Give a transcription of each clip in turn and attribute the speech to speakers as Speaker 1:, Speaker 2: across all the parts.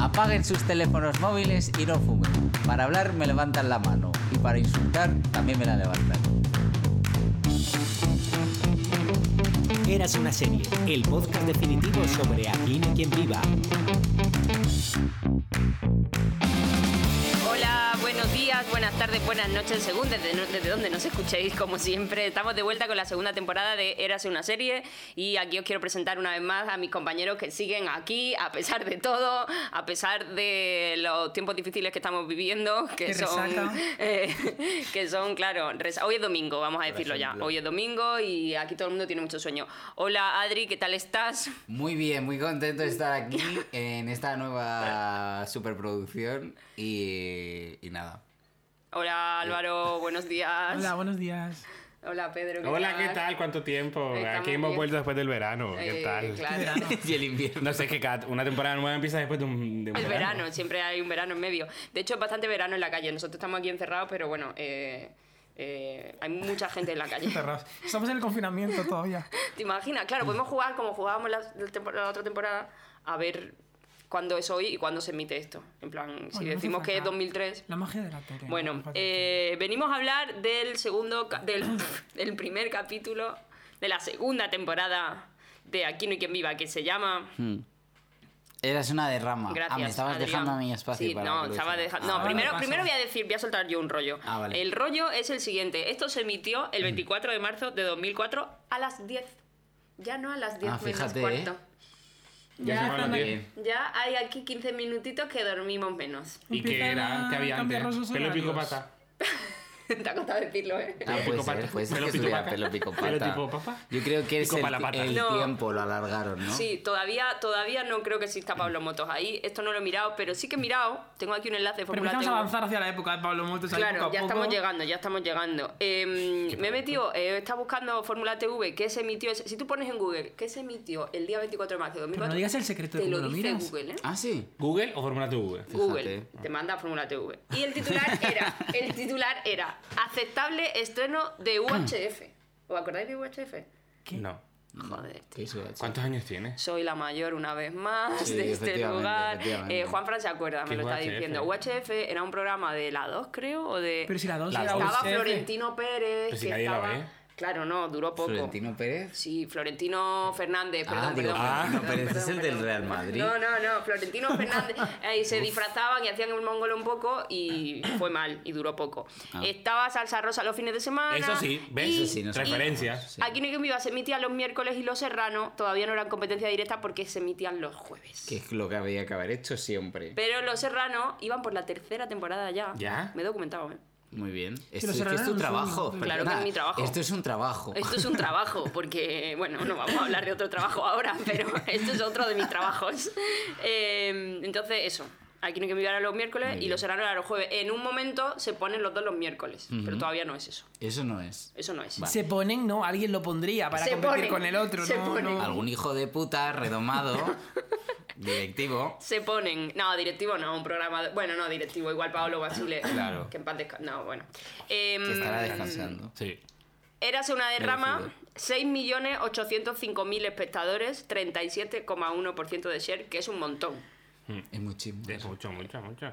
Speaker 1: Apaguen sus teléfonos móviles y no fumen. Para hablar me levantan la mano y para insultar también me la levantan.
Speaker 2: Eras una serie, el podcast definitivo sobre Aquí no hay quien viva.
Speaker 3: Hola, buenos días, buenas tardes, buenas noches, según desde, no- desde donde nos escuchéis, como siempre. Estamos de vuelta con la segunda temporada de Érase una serie y aquí os quiero presentar una vez más a mis compañeros que siguen aquí, a pesar de todo, a pesar de los tiempos difíciles que estamos viviendo, que
Speaker 4: Qué
Speaker 3: son,
Speaker 4: resaca.
Speaker 3: eh, que son, claro, resa- hoy es domingo, vamos a decirlo ya,
Speaker 5: ejemplo.
Speaker 3: hoy es domingo y aquí todo el mundo tiene mucho sueño. Hola, Adri, ¿qué tal estás?
Speaker 1: Muy bien, muy contento de estar aquí en esta nueva superproducción y, y nada.
Speaker 3: Hola, Álvaro, buenos días.
Speaker 4: Hola, buenos días.
Speaker 3: Hola, Pedro.
Speaker 5: Hola, ¿qué tal? ¿Cuánto tiempo?
Speaker 3: Estamos
Speaker 5: Aquí hemos
Speaker 3: bien.
Speaker 5: vuelto después del verano. ¿Qué
Speaker 3: Eh,
Speaker 5: tal?
Speaker 3: claro.
Speaker 1: y el invierno.
Speaker 5: No sé, es que cada, una temporada nueva empieza después de un, de un
Speaker 3: El
Speaker 5: verano.
Speaker 3: verano, siempre hay un verano en medio. De hecho, es bastante verano en la calle. Nosotros estamos aquí encerrados, pero bueno, eh, eh, hay mucha gente en la calle.
Speaker 4: Cerrados. Estamos en el confinamiento todavía.
Speaker 3: ¿Te imaginas? Claro, podemos jugar como jugábamos la, la tempor- la otra temporada, a ver cuándo es hoy y cuándo se emite esto. En plan, si
Speaker 4: Bueno, no hace
Speaker 3: decimos que es
Speaker 4: falta.
Speaker 3: 2003...
Speaker 4: La magia de la tele.
Speaker 3: Bueno, eh, venimos a hablar del segundo, ca- del, del primer capítulo de la segunda temporada de Aquí no hay quien viva, que se llama...
Speaker 1: Eras una derrama.
Speaker 3: Gracias.
Speaker 1: ah, me estabas
Speaker 3: Adrián.
Speaker 1: dejando a mí espacio
Speaker 3: Sí,
Speaker 1: para
Speaker 3: no,
Speaker 1: que lo
Speaker 3: estaba
Speaker 1: dijera.
Speaker 3: dejando. No,
Speaker 1: Ah, vale.
Speaker 3: primero,
Speaker 4: paso.
Speaker 3: primero voy a decir, voy a soltar yo un rollo.
Speaker 1: Ah, vale.
Speaker 3: El rollo es el siguiente. Esto se emitió el 24 de marzo de 2004 a las 10. Ya no a las 10
Speaker 1: Ah,
Speaker 3: menos
Speaker 1: fíjate, ¿eh?
Speaker 3: cuarto.
Speaker 5: Ya se fueron
Speaker 3: están
Speaker 5: las
Speaker 3: aquí.
Speaker 5: diez.
Speaker 3: Ya hay aquí 15 minutitos que dormimos menos.
Speaker 5: ¿Y qué era? ¿Qué había
Speaker 4: Cambiar los
Speaker 5: antes? Pelo pico
Speaker 4: horarios.
Speaker 5: pata.
Speaker 3: Te ha costado decirlo, ¿eh?
Speaker 1: Ah,
Speaker 5: Pelo
Speaker 1: puede
Speaker 5: pico
Speaker 1: ser,
Speaker 5: pata.
Speaker 1: puede ser
Speaker 5: Pelo
Speaker 1: que
Speaker 5: pico
Speaker 1: estuviera
Speaker 5: pata.
Speaker 1: pelo pico pata.
Speaker 5: Pelo tipo papa.
Speaker 1: Yo creo que es
Speaker 5: Pico
Speaker 1: el,
Speaker 5: para la pata.
Speaker 1: el
Speaker 3: No.
Speaker 1: tiempo, lo alargaron, ¿no?
Speaker 3: Sí, todavía, todavía no creo que exista Pablo Motos ahí. Esto no lo he mirado, pero sí que he mirado. Tengo aquí un enlace de
Speaker 4: Pero
Speaker 3: Fórmula
Speaker 4: empezamos a
Speaker 3: TV.
Speaker 4: avanzar hacia la época de Pablo Motos. Pues ahí poco
Speaker 3: Claro,
Speaker 4: a
Speaker 3: ya
Speaker 4: poco.
Speaker 3: estamos llegando, ya estamos llegando. Eh, me he metido, eh, está buscando Fórmula TV, ¿qué se emitió? Si tú pones en Google, ¿qué se emitió el día 24 de marzo de
Speaker 4: Pero
Speaker 3: 2004?
Speaker 4: no digas el secreto de
Speaker 3: te
Speaker 4: cómo
Speaker 3: lo,
Speaker 4: lo
Speaker 3: dice
Speaker 4: miras.
Speaker 3: Google, ¿eh?
Speaker 1: Ah, sí.
Speaker 5: ¿Google o Fórmula TV?
Speaker 3: Google, te manda a Fórmula TV. Y el titular era, el titular era, aceptable estreno de UHF. ¿Os acordáis de UHF?
Speaker 5: No.
Speaker 3: Joder, tío.
Speaker 1: Qué suerte.
Speaker 5: ¿Cuántos años tienes?
Speaker 3: Soy la mayor una vez más
Speaker 1: Sí,
Speaker 3: de este
Speaker 1: efectivamente,
Speaker 3: lugar.
Speaker 1: efectivamente.
Speaker 3: Eh, Juanfran se acuerda, me
Speaker 5: ¿Qué
Speaker 3: lo está
Speaker 5: UHF?
Speaker 3: diciendo. UHF era un programa de la 2, creo, o de...
Speaker 4: Pero si la dos
Speaker 5: La
Speaker 4: era
Speaker 5: dos.
Speaker 3: Estaba
Speaker 4: UHF.
Speaker 3: Florentino Pérez.
Speaker 5: Pero si
Speaker 3: que
Speaker 5: nadie la
Speaker 3: estaba...
Speaker 5: ve.
Speaker 3: Claro, no, duró poco.
Speaker 1: Florentino Pérez.
Speaker 3: Sí, Florentino Fernández, perdón,
Speaker 1: Ah, digo,
Speaker 3: perdón,
Speaker 1: ah,
Speaker 3: perdón,
Speaker 1: no, pero ese
Speaker 3: perdón,
Speaker 1: es el del
Speaker 3: perdón.
Speaker 1: Real Madrid.
Speaker 3: No, no, no, Florentino Fernández. Ahí se disfrazaban y hacían el mongolo un poco y fue mal y duró poco.
Speaker 1: Ah.
Speaker 3: Estaba Salsa Rosa los fines de semana.
Speaker 5: Eso sí, ¿ves?
Speaker 3: y-
Speaker 1: Eso sí, no sé.
Speaker 5: Referencias.
Speaker 1: Sí.
Speaker 3: Aquí no hay quien viva se emitían los miércoles y los serranos todavía no eran competencia directa porque se emitían los jueves.
Speaker 1: Que es lo que había que haber hecho siempre.
Speaker 3: Pero los serranos iban por la tercera temporada ya.
Speaker 5: ¿Ya?
Speaker 3: Me he documentado, ¿eh?
Speaker 1: Muy bien. Esto,
Speaker 4: los
Speaker 1: es que es
Speaker 4: horarios
Speaker 1: tu
Speaker 4: son-
Speaker 1: trabajo.
Speaker 4: Claro
Speaker 3: que es
Speaker 1: perdona.
Speaker 3: mi trabajo.
Speaker 1: Esto es un trabajo.
Speaker 3: Esto es un trabajo, porque, bueno, no vamos a hablar de otro trabajo ahora, pero esto es otro de mis trabajos. Eh, entonces, eso. Aquí no hay que mirar a los miércoles
Speaker 1: Muy
Speaker 3: y
Speaker 1: bien.
Speaker 3: los serranos a los jueves. En un momento se ponen los dos los miércoles, pero todavía no es eso.
Speaker 1: Eso no es.
Speaker 3: Eso no es.
Speaker 1: Vale.
Speaker 4: Se ponen, no, alguien lo pondría para
Speaker 3: Se
Speaker 4: competir
Speaker 3: ponen,
Speaker 4: con el otro.
Speaker 3: se
Speaker 4: no,
Speaker 3: ponen.
Speaker 4: no.
Speaker 1: Algún hijo de puta redomado, directivo.
Speaker 3: Se ponen. No, directivo no, un programa. de- Bueno, no, directivo, igual Paolo Basile.
Speaker 1: Claro.
Speaker 3: Que en paz desca- No, bueno. Em,
Speaker 1: Que estará descansando.
Speaker 5: Sí.
Speaker 3: Érase una derrama,
Speaker 1: Merecido.
Speaker 3: 6.805.000 espectadores, 37,1% de share, que es un montón.
Speaker 1: Es muchísimo.
Speaker 5: Es mucho, mucho, mucho.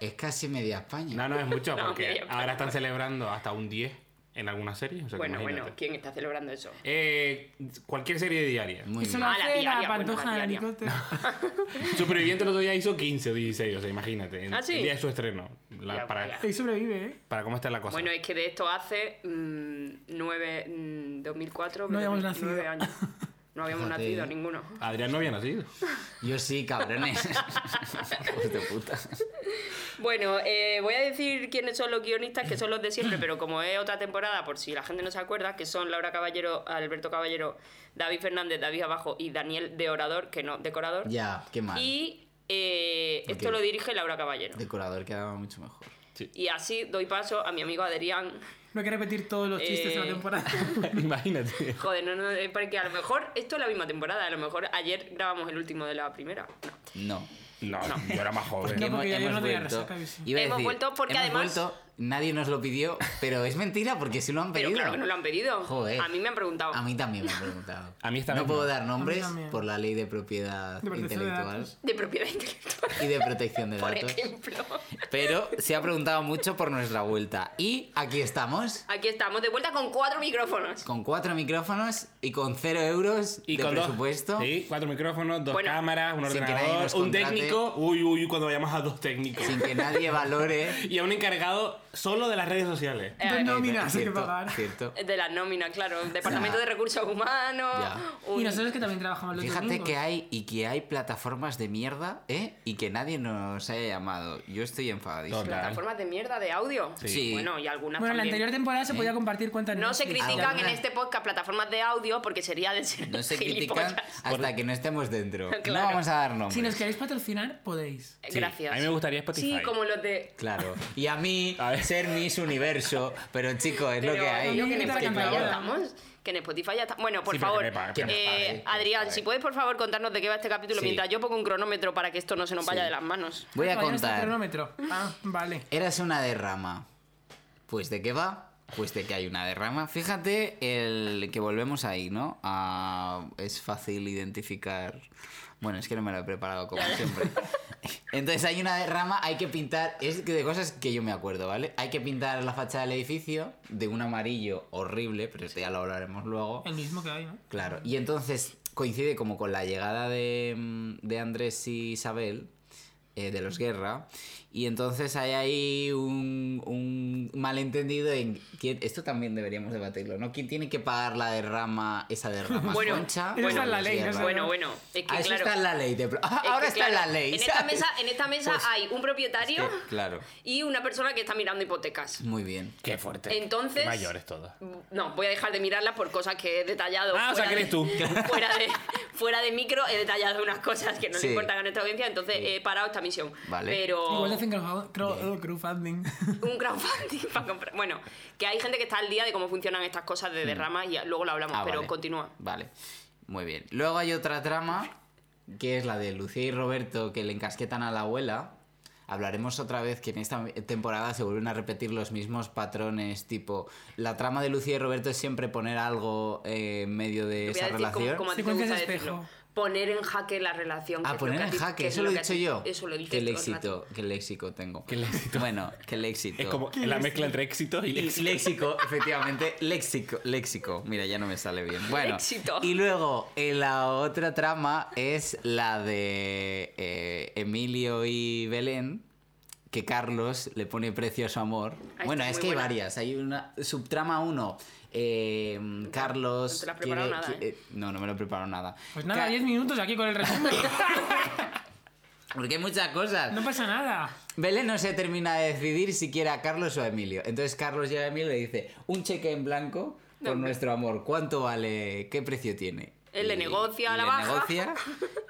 Speaker 1: Es casi media España.
Speaker 5: No, no, es mucho
Speaker 3: No,
Speaker 5: porque
Speaker 3: medio, pero-
Speaker 5: ahora están celebrando hasta un 10 en algunas series. O sea, que
Speaker 3: Bueno, bueno,
Speaker 5: imagínate.
Speaker 3: ¿quién está celebrando eso?
Speaker 5: Eh, cualquier serie diaria.
Speaker 1: Muy
Speaker 4: Eso
Speaker 1: bien.
Speaker 4: lo
Speaker 3: Ah, la
Speaker 4: hace
Speaker 3: diaria,
Speaker 4: la,
Speaker 3: bueno, la
Speaker 4: pantoja de
Speaker 3: diaria.
Speaker 4: helicóptero.
Speaker 5: Superviviente el otro día hizo 15 o 16, o sea, imagínate. en
Speaker 3: ¿Ah, sí?
Speaker 5: El día de su estreno. La-
Speaker 3: Ya,
Speaker 5: para,
Speaker 3: vaya.
Speaker 4: Ahí sobrevive, ¿eh?
Speaker 5: para cómo está la cosa.
Speaker 3: Bueno, es que de esto hace mm, 9, 2004,
Speaker 4: No habíamos
Speaker 3: 2009
Speaker 4: nacido.
Speaker 3: años. No habíamos
Speaker 1: Fíjate.
Speaker 3: nacido ninguno.
Speaker 5: Adrián no había nacido.
Speaker 1: Yo sí, cabrones. Hijos de puta.
Speaker 3: Bueno, eh, voy a decir quiénes son los guionistas, que son los de siempre, pero como es otra temporada, por si la gente no se acuerda, que son Laura Caballero, Alberto Caballero, David Fernández, David Abajo y Daniel de Orador, que no, decorador.
Speaker 1: Ya, qué mal.
Speaker 3: Y eh,
Speaker 1: Ok.
Speaker 3: esto lo dirige Laura Caballero.
Speaker 1: Decorador quedaba mucho mejor.
Speaker 3: Y así doy paso a mi amigo Adrián.
Speaker 4: No hay que repetir todos los chistes de
Speaker 3: Eh,
Speaker 4: la temporada.
Speaker 5: imagínate.
Speaker 3: Joder, no, no, es porque a lo mejor esto es la misma temporada, a lo mejor ayer grabamos el último de la primera. No.
Speaker 1: No.
Speaker 5: No, yo era más joven.
Speaker 4: No, porque yo no tenía
Speaker 1: vuelto.
Speaker 4: resaca, sí.
Speaker 1: Iba a
Speaker 3: Hemos
Speaker 1: decir,
Speaker 3: vuelto porque
Speaker 1: hemos
Speaker 3: además-
Speaker 1: vuelto Nadie nos lo pidió, pero es mentira porque sí lo han
Speaker 3: Pero
Speaker 1: pedido.
Speaker 3: claro que no lo han pedido.
Speaker 1: Joder.
Speaker 3: A mí me han preguntado.
Speaker 1: A mí también me han preguntado.
Speaker 5: A mí esta
Speaker 1: no
Speaker 5: vez
Speaker 1: puedo
Speaker 5: no.
Speaker 1: dar nombres
Speaker 4: también.
Speaker 1: por la ley de propiedad
Speaker 4: De protección de
Speaker 1: intelectual
Speaker 4: datos.
Speaker 3: De propiedad intelectual,
Speaker 1: y de protección de
Speaker 3: por
Speaker 1: datos.
Speaker 3: ejemplo.
Speaker 1: Pero se ha preguntado mucho por nuestra vuelta. Y aquí estamos,
Speaker 3: Aquí estamos, de vuelta con cuatro micrófonos.
Speaker 1: con cuatro micrófonos y con cero euros
Speaker 5: Y
Speaker 1: de
Speaker 5: con dos-
Speaker 1: presupuesto.
Speaker 5: sí, cuatro micrófonos, dos
Speaker 3: Bueno,
Speaker 5: cámaras, un
Speaker 1: sin que nadie
Speaker 5: ordenador,
Speaker 1: nos
Speaker 5: un
Speaker 1: contrate.
Speaker 5: técnico. Uy, uy, uy, cuando vayamos a dos técnicos.
Speaker 1: Sin que nadie valore.
Speaker 5: Y a un encargado solo de las redes sociales.
Speaker 3: Eh,
Speaker 4: Dos nóminas hay que
Speaker 1: Cierto,
Speaker 4: pagar.
Speaker 1: Cierto.
Speaker 3: De la nómina, claro. Departamento
Speaker 1: Ya.
Speaker 3: de Recursos Humanos.
Speaker 1: Ya.
Speaker 3: un-
Speaker 4: Y nosotros que también trabajamos los
Speaker 1: Fíjate
Speaker 4: domingos.
Speaker 1: que hay y que hay plataformas de mierda, ¿eh? Y que nadie nos haya llamado. Yo estoy enfadadísimo.
Speaker 5: Total.
Speaker 3: Plataformas de mierda de audio.
Speaker 1: Sí.
Speaker 3: Bueno, y algunas
Speaker 4: Bueno, en la
Speaker 3: también.
Speaker 4: anterior temporada
Speaker 1: Eh.
Speaker 4: se podía compartir cuentas en
Speaker 3: No se
Speaker 4: Netflix.
Speaker 3: critican en
Speaker 1: Algunas-
Speaker 3: este podcast plataformas de audio porque sería de ser
Speaker 1: No se
Speaker 3: gilipollas.
Speaker 1: critican hasta que no estemos dentro.
Speaker 3: Claro.
Speaker 1: No vamos a dar nombres.
Speaker 4: Si nos queréis patrocinar, podéis.
Speaker 3: Eh,
Speaker 5: Sí,
Speaker 3: Gracias.
Speaker 5: a mí me gustaría Spotify.
Speaker 3: Sí, como los de...
Speaker 1: Claro. Y a mí,
Speaker 5: A ver.
Speaker 1: ser Miss Universo. Pero chico, es lo
Speaker 3: Pero,
Speaker 1: que hay.
Speaker 3: digo, que en
Speaker 4: Mira la
Speaker 3: Spotify ya
Speaker 4: cantadora.
Speaker 3: estamos. Que en Spotify ya está. Bueno, por
Speaker 5: Sí, pero
Speaker 3: favor,
Speaker 5: que me pague, que me
Speaker 3: eh,
Speaker 5: pague, que me
Speaker 3: Adrián,
Speaker 5: pague.
Speaker 3: si puedes, por favor, contarnos de qué va este capítulo
Speaker 1: Sí.
Speaker 3: mientras yo pongo un cronómetro para que esto no se nos vaya
Speaker 1: Sí.
Speaker 3: de las manos.
Speaker 1: Voy a
Speaker 4: Todavía no está el
Speaker 1: contar.
Speaker 4: cronómetro. Ah, vale.
Speaker 1: Eras una derrama. Pues de qué va? Pues de que hay una derrama. Fíjate el que volvemos ahí, ¿no? A- es fácil identificar. Bueno, es que no me lo he preparado como siempre. Entonces hay una derrama, hay que pintar, es que de cosas que yo me acuerdo, ¿vale? Hay que pintar la fachada del edificio de un amarillo horrible, pero esto ya lo hablaremos luego.
Speaker 4: El mismo que hay, ¿no?
Speaker 1: Claro, y entonces coincide como con la llegada de, mm, de Andrés y Isabel, eh, de los Guerra, y entonces hay ahí un, un malentendido en quién, esto también deberíamos debatirlo, ¿no? ¿Quién tiene que pagar la derrama, esa derrama?
Speaker 3: Bueno,
Speaker 1: ¿Concha
Speaker 4: esa
Speaker 1: o
Speaker 4: es la
Speaker 1: los
Speaker 4: ley,
Speaker 1: Guerra?
Speaker 4: esa es
Speaker 3: Bueno, bueno, es que
Speaker 1: Ah, eso
Speaker 3: claro...
Speaker 1: está en la ley. de pro- Ah,
Speaker 3: es que,
Speaker 1: ahora está en la
Speaker 3: claro,
Speaker 1: ley.
Speaker 3: En esta
Speaker 1: ¿sabes?
Speaker 3: mesa, en esta mesa hay un propietario
Speaker 1: Eh, claro,
Speaker 3: y una persona que está mirando hipotecas.
Speaker 1: muy bien.
Speaker 5: Qué fuerte.
Speaker 3: Entonces-
Speaker 5: Qué mayores todas.
Speaker 3: No, voy a dejar de mirarlas por cosas que he detallado.
Speaker 5: Ah, o sea, que eres
Speaker 3: de-
Speaker 5: tú.
Speaker 3: Fuera de, fuera de micro he detallado unas cosas que no
Speaker 1: Sí.
Speaker 3: le importan a nuestra audiencia, entonces he parado esta misión.
Speaker 1: Vale.
Speaker 3: Pero
Speaker 4: Igual hacen crowdfund- crow- crowdfunding.
Speaker 3: un crowdfunding para comprar. Bueno, que hay gente que está al día de cómo funcionan estas cosas de derrama y luego lo hablamos,
Speaker 1: Hmm. Ah,
Speaker 3: pero
Speaker 1: vale.
Speaker 3: continúa.
Speaker 1: Vale, muy bien. Luego hay otra trama, que es la de Lucía y Roberto que le encasquetan a la abuela. Hablaremos otra vez que en esta temporada se vuelven a repetir los mismos patrones, tipo, la trama de Lucía y Roberto es siempre poner algo eh, en medio de
Speaker 3: Te voy a
Speaker 1: esa
Speaker 3: decir como,
Speaker 1: relación.
Speaker 3: como a ti te
Speaker 4: Secuencias
Speaker 3: gusta
Speaker 4: de
Speaker 3: decirlo.
Speaker 4: espejo.
Speaker 3: Poner en jaque la relación. que
Speaker 1: Ah,
Speaker 3: es lo
Speaker 1: poner
Speaker 3: que
Speaker 1: en
Speaker 3: has dicho-
Speaker 1: jaque,
Speaker 3: que es
Speaker 1: eso lo he
Speaker 3: que has
Speaker 1: dicho yo.
Speaker 3: dicho- Eso lo he dicho
Speaker 1: Qué
Speaker 3: todo el rato.
Speaker 1: léxico, qué léxico tengo.
Speaker 5: Qué léxico.
Speaker 1: Bueno, qué léxico.
Speaker 5: Es como la mezcla entre éxito y
Speaker 1: Y
Speaker 5: léxico.
Speaker 1: léxico, efectivamente, léxico, léxico. Mira, ya no me sale bien. Bueno,
Speaker 3: Léxito.
Speaker 1: y luego eh, la otra trama es la de eh, Emilio y Belén, que Carlos le pone precio a su amor.
Speaker 3: Ah,
Speaker 1: bueno,
Speaker 3: esta
Speaker 1: es
Speaker 3: es muy
Speaker 1: que hay
Speaker 3: buena.
Speaker 1: varias. Hay una subtrama 1. Carlos.
Speaker 3: no te la has preparado
Speaker 1: quiere-
Speaker 3: nada,
Speaker 1: qui- eh, No, no me lo he preparado nada.
Speaker 4: Pues nada,
Speaker 1: Ca-
Speaker 4: 10 minutos aquí con el resumen.
Speaker 1: Porque hay muchas cosas.
Speaker 4: No pasa nada.
Speaker 1: Belén no se termina de decidir si quiere a Carlos o a Emilio. Entonces Carlos llega a Emilio y le dice, un cheque en blanco por nuestro amor, ¿cuánto vale? ¿Qué precio tiene?
Speaker 3: Él le
Speaker 1: Y-
Speaker 3: negocia
Speaker 1: y
Speaker 3: la
Speaker 1: le
Speaker 3: baja.
Speaker 1: negocia,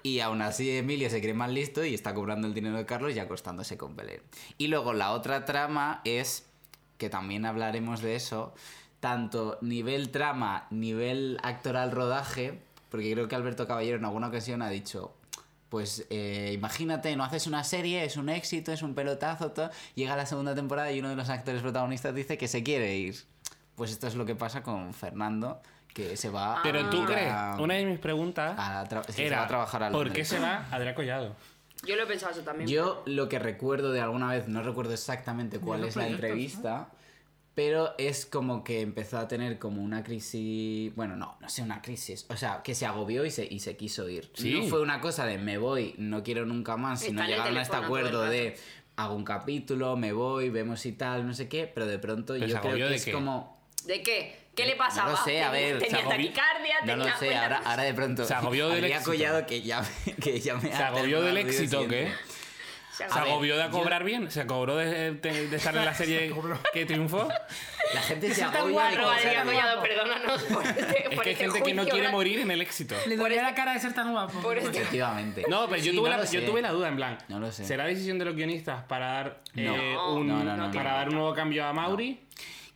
Speaker 1: y aún así Emilio se cree más listo y está cobrando el dinero de Carlos y acostándose con Belén. Y luego la otra trama es, que también hablaremos de eso, tanto nivel trama, nivel actoral rodaje, porque creo que Alberto Caballero en alguna ocasión ha dicho, pues eh, imagínate, no haces una serie, es un éxito, es un pelotazo, todo, llega la segunda temporada y uno de los actores protagonistas dice que se quiere ir. Pues esto es lo que pasa con Fernando, que se va
Speaker 5: Pero tú
Speaker 1: a-
Speaker 5: crees, una de mis preguntas
Speaker 1: a tra- es que Ah. se
Speaker 5: era
Speaker 1: va a trabajar a
Speaker 5: ¿por
Speaker 1: Londres.
Speaker 5: qué se va Adrián Collado?
Speaker 3: Yo lo he pensado eso también.
Speaker 1: Yo lo que recuerdo de alguna vez, no recuerdo exactamente cuál
Speaker 4: los
Speaker 1: es la
Speaker 4: proyectos, ¿no?
Speaker 1: entrevista, pero es como que empezó a tener como una crisis, bueno, no, no sé, una crisis, o sea, que se agobió y se, y se quiso ir.
Speaker 5: Sí.
Speaker 1: No fue una cosa de me voy, no quiero nunca más, sino
Speaker 3: Está en el
Speaker 1: llegaron a este
Speaker 3: teléfono todo el
Speaker 1: acuerdo
Speaker 3: rato.
Speaker 1: de hago un capítulo, me voy, vemos y tal, no sé qué, pero de pronto
Speaker 5: ¿Pero se
Speaker 1: yo creo
Speaker 5: agobió
Speaker 1: que
Speaker 5: de
Speaker 1: es
Speaker 5: qué?
Speaker 1: como...
Speaker 3: ¿De qué? ¿Qué le pasaba?
Speaker 1: No lo sé, a ver,
Speaker 3: Tenía
Speaker 1: se agobió-
Speaker 3: taquicardia,
Speaker 1: No lo
Speaker 3: tenía-
Speaker 1: sé,
Speaker 3: bueno,
Speaker 1: ahora, ahora de pronto.
Speaker 5: Se agobió del
Speaker 1: habría
Speaker 5: éxito.
Speaker 1: Collado que ya, me- que ya me
Speaker 5: ¿Se
Speaker 1: ha
Speaker 5: agobió del
Speaker 1: terminado el vídeo
Speaker 5: éxito o qué?
Speaker 1: siguiente.
Speaker 3: se
Speaker 5: ¿Se
Speaker 1: A ver,
Speaker 5: agobió de
Speaker 1: yo-
Speaker 5: cobrar bien? ¿Se cobró de, de- de estar en la serie que triunfó?
Speaker 1: La gente se
Speaker 4: Eso está
Speaker 1: agobia de
Speaker 4: guarro,
Speaker 3: Bueno,
Speaker 1: cosas
Speaker 3: Adrián
Speaker 1: que-
Speaker 3: Collado, perdónanos por este,
Speaker 5: Es
Speaker 3: por
Speaker 5: que hay
Speaker 3: este
Speaker 5: gente que no
Speaker 3: juicio,
Speaker 5: quiere
Speaker 3: ¿verdad?
Speaker 5: morir en el éxito.
Speaker 4: Le dolía la cara de ser tan guapo.
Speaker 3: Por este-
Speaker 1: Efectivamente.
Speaker 5: No, pero yo,
Speaker 1: Sí,
Speaker 5: tuve,
Speaker 1: no
Speaker 5: la,
Speaker 1: lo
Speaker 5: yo
Speaker 1: sé.
Speaker 5: tuve la duda, en plan.
Speaker 1: No lo sé.
Speaker 5: ¿Será decisión de los guionistas para dar,
Speaker 1: No.
Speaker 5: eh,
Speaker 3: No,
Speaker 5: un,
Speaker 1: no, no, no,
Speaker 5: para
Speaker 1: no.
Speaker 5: dar un nuevo cambio a Mauri?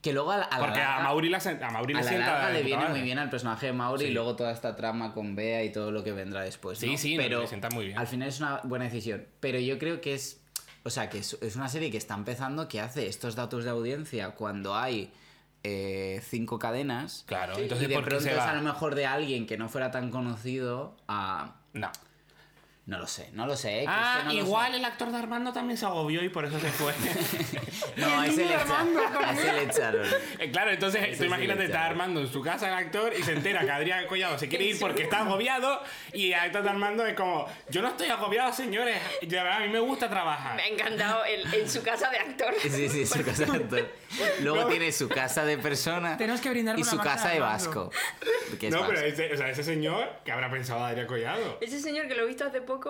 Speaker 1: Que luego a la, a la
Speaker 5: Porque
Speaker 1: larga,
Speaker 5: a Mauri, la, sen- a Mauri
Speaker 1: a
Speaker 5: le
Speaker 1: la
Speaker 5: sienta.
Speaker 1: larga
Speaker 5: de
Speaker 1: le
Speaker 5: puta
Speaker 1: viene
Speaker 5: madre.
Speaker 1: muy bien al personaje de Mauri
Speaker 5: Sí.
Speaker 1: y luego toda esta trama con Bea y todo lo que vendrá después.
Speaker 5: Sí,
Speaker 1: ¿no?
Speaker 5: sí, no,
Speaker 1: pero
Speaker 5: le sienta muy bien.
Speaker 1: Al final es una buena decisión. Pero yo creo que es O sea, que es, es una serie que está empezando, que hace estos datos de audiencia cuando hay eh, cinco cadenas.
Speaker 5: Claro,
Speaker 1: Y
Speaker 5: entonces
Speaker 1: de
Speaker 5: ¿por qué
Speaker 1: pronto
Speaker 5: se
Speaker 1: es
Speaker 5: va?
Speaker 1: a lo mejor de alguien que no fuera tan conocido a...
Speaker 5: No.
Speaker 1: No lo sé, no lo sé. eh, que
Speaker 5: Ah,
Speaker 1: es que no lo
Speaker 5: igual el actor de Armando también se agobió y por eso se fue.
Speaker 1: sé. No, es el echaron. Es el echaron.
Speaker 5: Eh, claro, entonces
Speaker 1: Eso
Speaker 5: tú
Speaker 1: sí,
Speaker 5: imagínate, está
Speaker 1: claro.
Speaker 5: Armando en su casa el actor y se entera que Adrián Collado se quiere ir porque está agobiado y el actor de Armando es como, yo no estoy agobiado, señores, de verdad, a mí me gusta trabajar.
Speaker 3: Me ha encantado el- en su casa de actor.
Speaker 1: Sí, sí, su casa de actor. Luego tiene su casa de persona
Speaker 4: Tenemos que brindar
Speaker 1: y
Speaker 4: por la
Speaker 1: su
Speaker 4: marca
Speaker 1: casa
Speaker 4: de
Speaker 1: de
Speaker 4: Armando.
Speaker 1: vasco. que es
Speaker 5: No, pero
Speaker 1: vasco.
Speaker 5: ese, o sea, ese señor, ¿qué habrá pensado de Adrián Collado?
Speaker 3: Ese señor que lo he visto hace poco,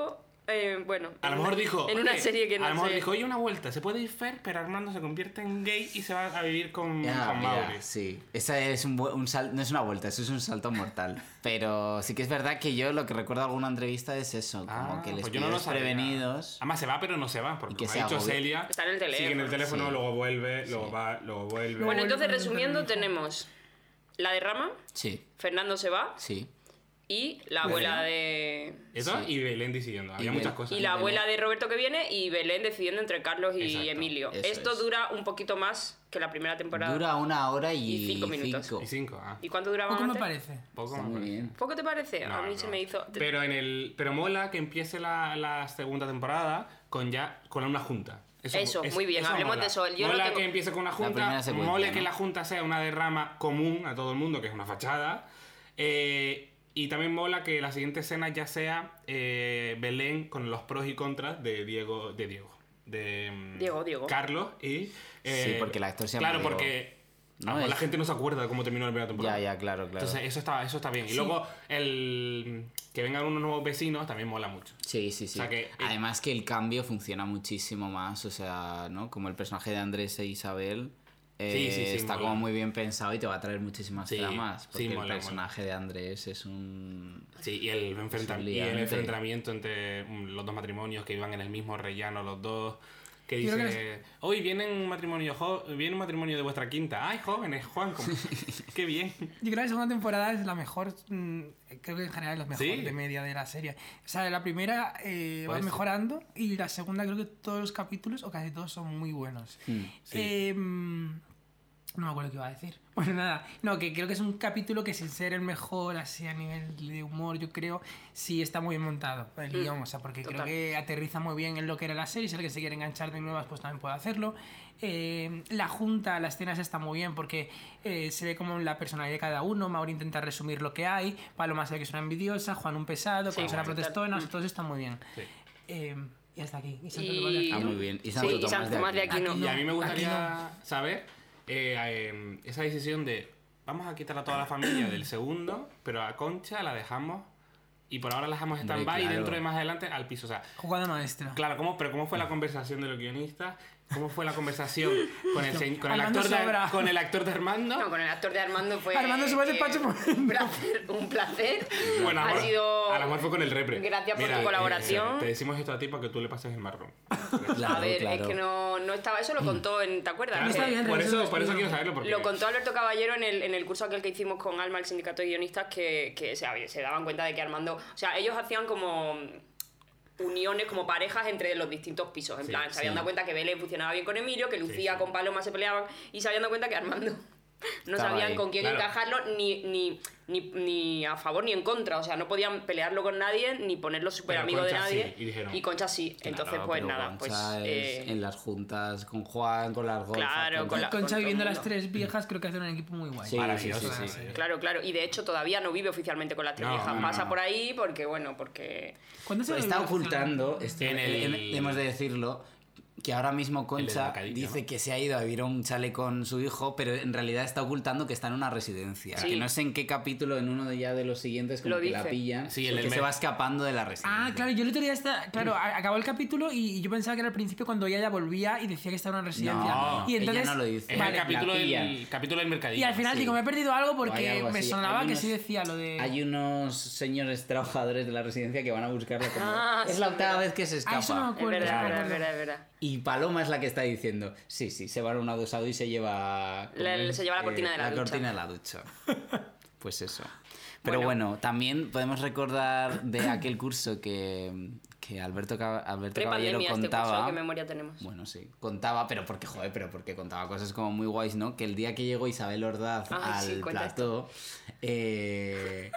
Speaker 3: eh, bueno.
Speaker 5: A lo
Speaker 3: en
Speaker 5: mejor
Speaker 3: una-
Speaker 5: dijo.
Speaker 3: En una
Speaker 5: "Oye",
Speaker 3: serie que no
Speaker 5: A lo mejor
Speaker 3: sé.
Speaker 5: dijo, oye, una vuelta, se puede ir Fer, pero Armando se convierte en gay y se va a vivir con,
Speaker 1: Ya,
Speaker 5: con
Speaker 1: mira,
Speaker 5: Mauri.
Speaker 1: sí. Esa es un, bu- un sal- no es una vuelta, eso es un salto mortal. Pero sí que es verdad que yo lo que recuerdo de alguna entrevista es eso, como
Speaker 5: Ah,
Speaker 1: que les
Speaker 5: pues yo
Speaker 1: pillan
Speaker 5: no lo sabía. Ah.
Speaker 1: prevenidos.
Speaker 5: Además se va, pero no se va, porque
Speaker 1: Y que
Speaker 5: como
Speaker 1: se
Speaker 5: ha dicho
Speaker 1: agobia.
Speaker 5: Celia.
Speaker 3: Está en el teléfono,
Speaker 5: Sigue en el teléfono,
Speaker 1: sí.
Speaker 5: luego vuelve, luego va, luego vuelve.
Speaker 3: Bueno,
Speaker 4: Luego-
Speaker 3: entonces resumiendo, tenemos la de Rama,
Speaker 1: Sí,
Speaker 3: Fernando se va
Speaker 1: sí.
Speaker 3: y la abuela de.
Speaker 5: Eso
Speaker 1: Sí.
Speaker 5: y Belén diciendo. Había
Speaker 1: Y
Speaker 5: muchas
Speaker 1: Bel-
Speaker 5: cosas.
Speaker 3: Y la
Speaker 1: Belén.
Speaker 3: abuela de Roberto que viene y Belén decidiendo entre Carlos y
Speaker 5: Exacto,
Speaker 3: Emilio.
Speaker 1: eso
Speaker 3: Esto
Speaker 1: es.
Speaker 3: dura un poquito más que la primera temporada.
Speaker 1: Dura una hora y,
Speaker 3: Y cinco minutos.
Speaker 1: cinco.
Speaker 5: Y cinco, ah.
Speaker 3: ¿Y cuánto duraba
Speaker 4: Poco me
Speaker 3: antes?
Speaker 4: parece.
Speaker 5: Poco
Speaker 1: Está
Speaker 5: me
Speaker 1: muy
Speaker 5: parece.
Speaker 1: bien.
Speaker 3: ¿Poco te parece?
Speaker 5: No,
Speaker 3: a mí se
Speaker 5: no.
Speaker 3: me hizo.
Speaker 5: Pero en el. Pero mola que empiece la, la segunda temporada con ya. con una junta.
Speaker 3: Eso, muy bien, hablemos de eso. Yo lo
Speaker 5: mola
Speaker 3: tengo-
Speaker 5: que empiece con una
Speaker 1: primera
Speaker 5: junta.
Speaker 1: secuencia,
Speaker 5: Mola
Speaker 1: ¿no?
Speaker 5: que la junta sea una derrama común a todo el mundo, que es una fachada. Eh, y también mola que la siguiente escena ya sea eh, Belén con los pros y contras de Diego. De Diego. De, mm,
Speaker 3: Diego, Diego.
Speaker 5: Carlos y. eh,
Speaker 1: Sí, porque el actor se llama
Speaker 5: Claro,
Speaker 1: Diego.
Speaker 5: porque.
Speaker 1: No,
Speaker 5: a lo mejor la
Speaker 1: es-
Speaker 5: gente no se acuerda de cómo terminó la primera temporada.
Speaker 1: Ya, ya, claro, claro.
Speaker 5: Entonces, eso está, eso está bien. Y luego, el que vengan unos nuevos vecinos también mola mucho.
Speaker 1: Sí, sí, sí.
Speaker 5: O sea que-
Speaker 1: Además que el cambio funciona muchísimo más, o sea, ¿no? Como el personaje de Andrés e Isabel eh,
Speaker 5: Sí, sí, sí,
Speaker 1: está
Speaker 5: mola.
Speaker 1: como muy bien pensado y te va a traer muchísimas
Speaker 5: Sí,
Speaker 1: tramas.
Speaker 5: sí,
Speaker 1: Porque el
Speaker 5: mola, mola.
Speaker 1: personaje de Andrés es un...
Speaker 5: Sí, y el, enfrenta- y el
Speaker 1: liante.
Speaker 5: enfrentamiento entre mm, los dos matrimonios que iban en el mismo rellano, los dos. Que
Speaker 4: Yo creo
Speaker 5: dice, hoy viene un matrimonio jo- viene un matrimonio de vuestra quinta. ¡Ay, jóvenes, Juan! como- ¡Qué bien!
Speaker 4: Yo creo que la segunda temporada es la mejor, mm, creo que en general es la mejor
Speaker 5: Sí.
Speaker 4: de media de la serie. O sea, la primera eh, va
Speaker 5: Puede ser.
Speaker 4: mejorando y la segunda creo que todos los capítulos o casi todos son muy buenos.
Speaker 5: sí.
Speaker 4: Eh, mm, no me acuerdo qué iba a decir. Bueno, nada. No, que creo que es un capítulo que sin ser el mejor así a nivel de humor, yo creo, sí está muy bien montado el guión. O sea, porque
Speaker 3: Mm, total.
Speaker 4: creo que aterriza muy bien en lo que era la serie. Si alguien se quiere enganchar de nuevas, pues también puede hacerlo. Eh, la junta, las escenas está muy bien porque eh, se ve como la personalidad de cada uno. Mauri intenta resumir lo que hay. Paloma se ve que es una envidiosa, Juan un pesado,
Speaker 3: Sí,
Speaker 4: Juan es una
Speaker 3: total. Mm.
Speaker 4: protestona. Todo está muy bien.
Speaker 5: Sí.
Speaker 4: Eh, y hasta aquí. Y Santo Tomás de
Speaker 3: Y...
Speaker 1: Ah, muy bien. Y Santo
Speaker 3: Sí,
Speaker 1: Tomás de
Speaker 3: Tomás de
Speaker 4: Aquino.
Speaker 3: Aquino.
Speaker 5: Y a mí me
Speaker 4: aquí
Speaker 5: gustaría saber eh, eh, esa decisión de vamos a quitar a toda la familia del segundo, pero a Concha la dejamos y por ahora la dejamos en
Speaker 1: Hombre,
Speaker 5: stand-by y
Speaker 1: claro.
Speaker 5: dentro de más adelante al piso. O sea,
Speaker 4: Jugada maestra.
Speaker 5: Claro, ¿cómo, pero ¿cómo fue la conversación de los guionistas? ¿Cómo fue la conversación con el, se- con el,
Speaker 4: Armando
Speaker 5: actor, de,
Speaker 4: Sobra.
Speaker 5: con el actor de
Speaker 3: No,
Speaker 5: Armando?
Speaker 3: con el actor de Armando fue.
Speaker 4: Armando se va al
Speaker 3: eh,
Speaker 4: despacho por-
Speaker 3: Un placer, un placer.
Speaker 5: Bueno,
Speaker 3: ha
Speaker 5: amor,
Speaker 3: sido.
Speaker 5: a lo mejor fue con el repre.
Speaker 3: Gracias por tu
Speaker 5: eh,
Speaker 3: colaboración.
Speaker 5: te decimos esto a ti para que tú le pases el marrón.
Speaker 1: Claro,
Speaker 3: a ver,
Speaker 1: claro.
Speaker 3: es que no, no estaba. Eso lo contó en. ¿Te acuerdas?
Speaker 5: Claro,
Speaker 4: está
Speaker 3: Eh,
Speaker 4: bien,
Speaker 5: por,
Speaker 4: Renzo,
Speaker 5: eso, por eso
Speaker 4: explícame.
Speaker 5: quiero saberlo. Porque...
Speaker 3: Lo contó Alberto Caballero en el, en el curso aquel que hicimos con Alma, el sindicato de guionistas, que, que se, hab- se daban cuenta de que Armando. O sea, ellos hacían como uniones, como parejas entre los distintos pisos. En
Speaker 5: Sí,
Speaker 3: plan, se habían
Speaker 1: sí.
Speaker 3: dado cuenta que Belén funcionaba bien con Emilio, que Lucía
Speaker 5: sí.
Speaker 3: con Paloma se peleaban, y se habían dado cuenta que Armando. No
Speaker 1: Estaba
Speaker 3: sabían
Speaker 1: ahí,
Speaker 3: con quién
Speaker 5: claro.
Speaker 3: encajarlo ni, ni, ni, ni a favor ni en contra. O sea, no podían pelearlo con nadie ni ponerlo súper amigo de
Speaker 5: Concha sí,
Speaker 3: nadie.
Speaker 5: y dijeron.
Speaker 3: Concha sí. Entonces,
Speaker 1: Claro,
Speaker 3: pues
Speaker 1: pero
Speaker 3: nada,
Speaker 1: Concha
Speaker 3: pues.
Speaker 1: es
Speaker 3: eh,
Speaker 1: En las juntas con Juan, con las golfas.
Speaker 3: Claro, con la-
Speaker 4: Concha
Speaker 3: todo el
Speaker 4: viviendo
Speaker 3: mundo.
Speaker 4: las tres viejas, creo que hacen un equipo muy guay.
Speaker 1: Sí,
Speaker 5: Maravilloso.
Speaker 1: sí, sí,
Speaker 5: sí,
Speaker 1: sí.
Speaker 5: sí.
Speaker 3: Claro, claro. Y de hecho todavía no vive oficialmente con las tres
Speaker 5: No,
Speaker 3: viejas.
Speaker 5: no, no,
Speaker 3: Pasa
Speaker 5: no.
Speaker 3: por ahí porque, bueno, porque...
Speaker 4: ¿Cuándo se
Speaker 1: Pero
Speaker 4: lo
Speaker 1: está
Speaker 4: vio?
Speaker 1: ocultando, este,
Speaker 5: En el-
Speaker 1: eh, hemos de decirlo, que ahora mismo Concha
Speaker 5: desbocadillo,
Speaker 1: dice
Speaker 5: ¿no?
Speaker 1: que se ha ido a vivir a un chale con su hijo, pero en realidad está ocultando que está en una residencia.
Speaker 3: Sí.
Speaker 1: Que no sé en qué capítulo, en uno de ya de los siguientes, como
Speaker 3: Lo
Speaker 1: que la
Speaker 3: dice.
Speaker 1: pillan,
Speaker 5: Sí, el
Speaker 1: porque
Speaker 5: del
Speaker 1: se
Speaker 5: mes.
Speaker 1: va escapando de la residencia.
Speaker 4: Ah, claro, yo el otro día está, claro, a- acabó el capítulo y yo pensaba que era al principio cuando ella ya volvía y decía que estaba en una residencia.
Speaker 5: No,
Speaker 4: y
Speaker 1: ella
Speaker 4: entonces,
Speaker 1: no lo dice.
Speaker 5: Es
Speaker 1: Vale,
Speaker 5: el capítulo
Speaker 1: la
Speaker 5: del,
Speaker 1: pillan.
Speaker 5: capítulo del mercadillo.
Speaker 4: Y al final
Speaker 1: sí.
Speaker 4: digo, me he perdido algo
Speaker 1: O hay
Speaker 4: porque
Speaker 1: algo
Speaker 4: me
Speaker 1: así.
Speaker 4: sonaba
Speaker 1: Hay
Speaker 4: que
Speaker 1: unos-
Speaker 4: sí decía lo de
Speaker 1: Hay unos señores trabajadores de la residencia que van a buscarla como...
Speaker 3: Ah,
Speaker 1: es la
Speaker 3: sí,
Speaker 1: octava
Speaker 3: pero-
Speaker 1: vez que se escapa.
Speaker 4: Ah, eso no me acuerdo.
Speaker 3: Es verdad,
Speaker 4: eso no me
Speaker 3: es
Speaker 4: acuerdo.
Speaker 3: verdad, es verdad.
Speaker 1: Y Paloma es la que está diciendo, sí, sí, se va a un adosado y se lleva... ¿cómo
Speaker 3: La-
Speaker 1: es?
Speaker 3: se lleva la cortina de la ducha.
Speaker 1: cortina de la ducha. Pues eso. Pero bueno, también podemos recordar de aquel curso que, que Alberto, Ca- Alberto Caballero
Speaker 3: Prepandemia este
Speaker 1: contaba.
Speaker 3: curso, ¿qué memoria tenemos?
Speaker 1: Bueno, sí. Contaba, pero porque, joder, pero porque contaba cosas como muy guays, ¿no? Que el día que llegó Isabel Ordaz
Speaker 3: Ay, sí,
Speaker 1: al
Speaker 3: cuenta
Speaker 1: plató, eh,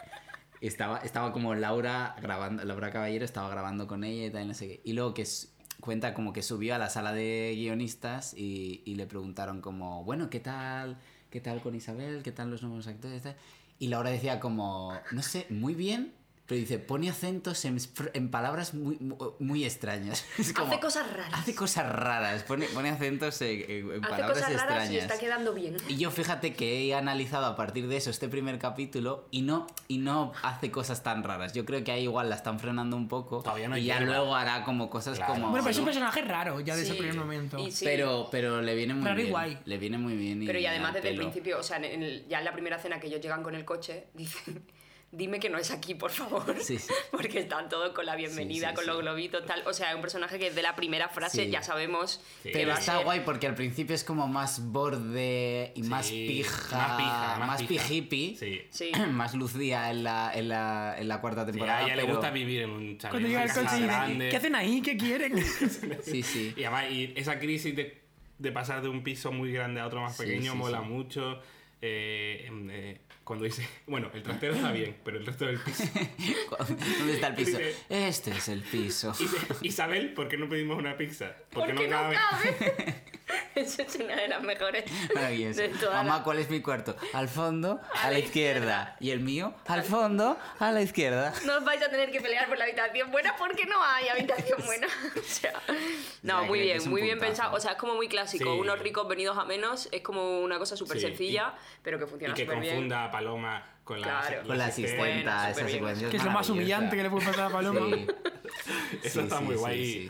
Speaker 1: estaba, estaba como Laura grabando, Laura Caballero estaba grabando con ella y tal, y no sé qué. Y luego que s- cuenta como que subió a la sala de guionistas y, y le preguntaron como, bueno, ¿qué tal? ¿Qué tal con Isabel? ¿Qué tal los nuevos actores? Tal? Y Laura decía como, no sé, muy bien. Pero dice, pone acentos en, en palabras muy, muy, muy extrañas. Es como-
Speaker 3: Hace cosas raras.
Speaker 1: Hace cosas raras, pone, pone acentos en, en- en
Speaker 3: Hace
Speaker 1: palabras
Speaker 3: cosas raras y
Speaker 1: extrañas.
Speaker 3: está quedando bien.
Speaker 1: Y yo fíjate que he analizado a partir de eso este primer capítulo y no, y no hace cosas tan raras. Yo creo que ahí igual la están frenando un poco
Speaker 5: Todavía no hay
Speaker 1: y ya
Speaker 5: hierba.
Speaker 1: luego hará como cosas
Speaker 5: Claro.
Speaker 1: como...
Speaker 4: Bueno, pero es
Speaker 1: Sí.
Speaker 4: un personaje raro ya desde
Speaker 3: Sí.
Speaker 4: el primer momento.
Speaker 3: Y sí,
Speaker 1: pero, pero le viene muy
Speaker 4: Raro y
Speaker 1: bien.
Speaker 4: guay.
Speaker 1: Le viene muy bien.
Speaker 3: Pero y
Speaker 1: al
Speaker 3: además desde el
Speaker 1: pelo.
Speaker 3: principio, o sea, en el- ya en la primera cena que ellos llegan con el coche, dicen, dime que no es aquí, por favor.
Speaker 1: Sí, sí.
Speaker 3: Porque están todos con la
Speaker 1: Sí,
Speaker 3: bienvenida,
Speaker 1: sí,
Speaker 3: con
Speaker 1: sí.
Speaker 3: los globitos, tal. O sea, es un personaje que desde la primera frase
Speaker 1: Sí.
Speaker 3: ya sabemos
Speaker 5: Sí.
Speaker 3: que
Speaker 1: Pero
Speaker 3: va a
Speaker 1: está
Speaker 3: ser-
Speaker 1: guay porque al principio es como más borde y más
Speaker 5: Sí,
Speaker 1: pija.
Speaker 5: más pija, más pija.
Speaker 1: pijipi.
Speaker 5: Sí.
Speaker 3: Sí.
Speaker 1: Más lucía en la, en la, en la cuarta
Speaker 5: Sí,
Speaker 1: temporada.
Speaker 5: a ella le
Speaker 1: pero-
Speaker 5: gusta vivir en un chalet,
Speaker 4: Cuando
Speaker 5: en
Speaker 4: llega
Speaker 5: una
Speaker 4: el
Speaker 5: casa
Speaker 4: coche y dice,
Speaker 5: grande.
Speaker 4: ¿qué hacen ahí? ¿Qué quieren?
Speaker 1: Sí, sí.
Speaker 5: Y además, y esa crisis de, de pasar de un piso muy grande a otro más
Speaker 1: Sí,
Speaker 5: pequeño
Speaker 1: sí,
Speaker 5: mola
Speaker 1: sí.
Speaker 5: mucho. Eh, em, eh, cuando dice, bueno, el trastero está bien, pero el resto del piso.
Speaker 1: ¿Dónde está el piso?
Speaker 5: Dice-
Speaker 1: Este es el piso.
Speaker 5: Y dice, Isabel, ¿por qué no pedimos una pizza?
Speaker 3: ¿Por qué no cabe? Esa es una de las mejores.
Speaker 1: Maravilloso.
Speaker 3: de toda
Speaker 1: Mamá,
Speaker 3: la-
Speaker 1: ¿cuál es mi cuarto? Al fondo, a, la
Speaker 3: la
Speaker 1: izquierda. Y el mío, al fondo, a la izquierda.
Speaker 3: No os vais a tener que pelear por la habitación buena porque no hay habitación buena. O sea,
Speaker 1: O
Speaker 3: no,
Speaker 1: sea,
Speaker 3: muy
Speaker 1: que
Speaker 3: bien,
Speaker 1: es un
Speaker 3: muy bien
Speaker 1: puntazo.
Speaker 3: pensado. O sea, es como muy clásico.
Speaker 5: Sí.
Speaker 3: Unos ricos venidos a menos es como una cosa súper
Speaker 5: Sí,
Speaker 3: sencilla, pero que funciona
Speaker 5: Y que
Speaker 3: súper bien.
Speaker 5: confunda a Paloma con la,
Speaker 3: Claro.
Speaker 1: Con la
Speaker 3: Bueno,
Speaker 1: asistenta, esa
Speaker 3: superbién.
Speaker 1: secuencia.
Speaker 4: que es lo más
Speaker 1: maravillosa.
Speaker 4: humillante que le puede pasar a Paloma.
Speaker 1: Sí. Sí,
Speaker 5: Eso está
Speaker 1: sí,
Speaker 5: muy
Speaker 1: sí,
Speaker 5: guay.
Speaker 1: sí.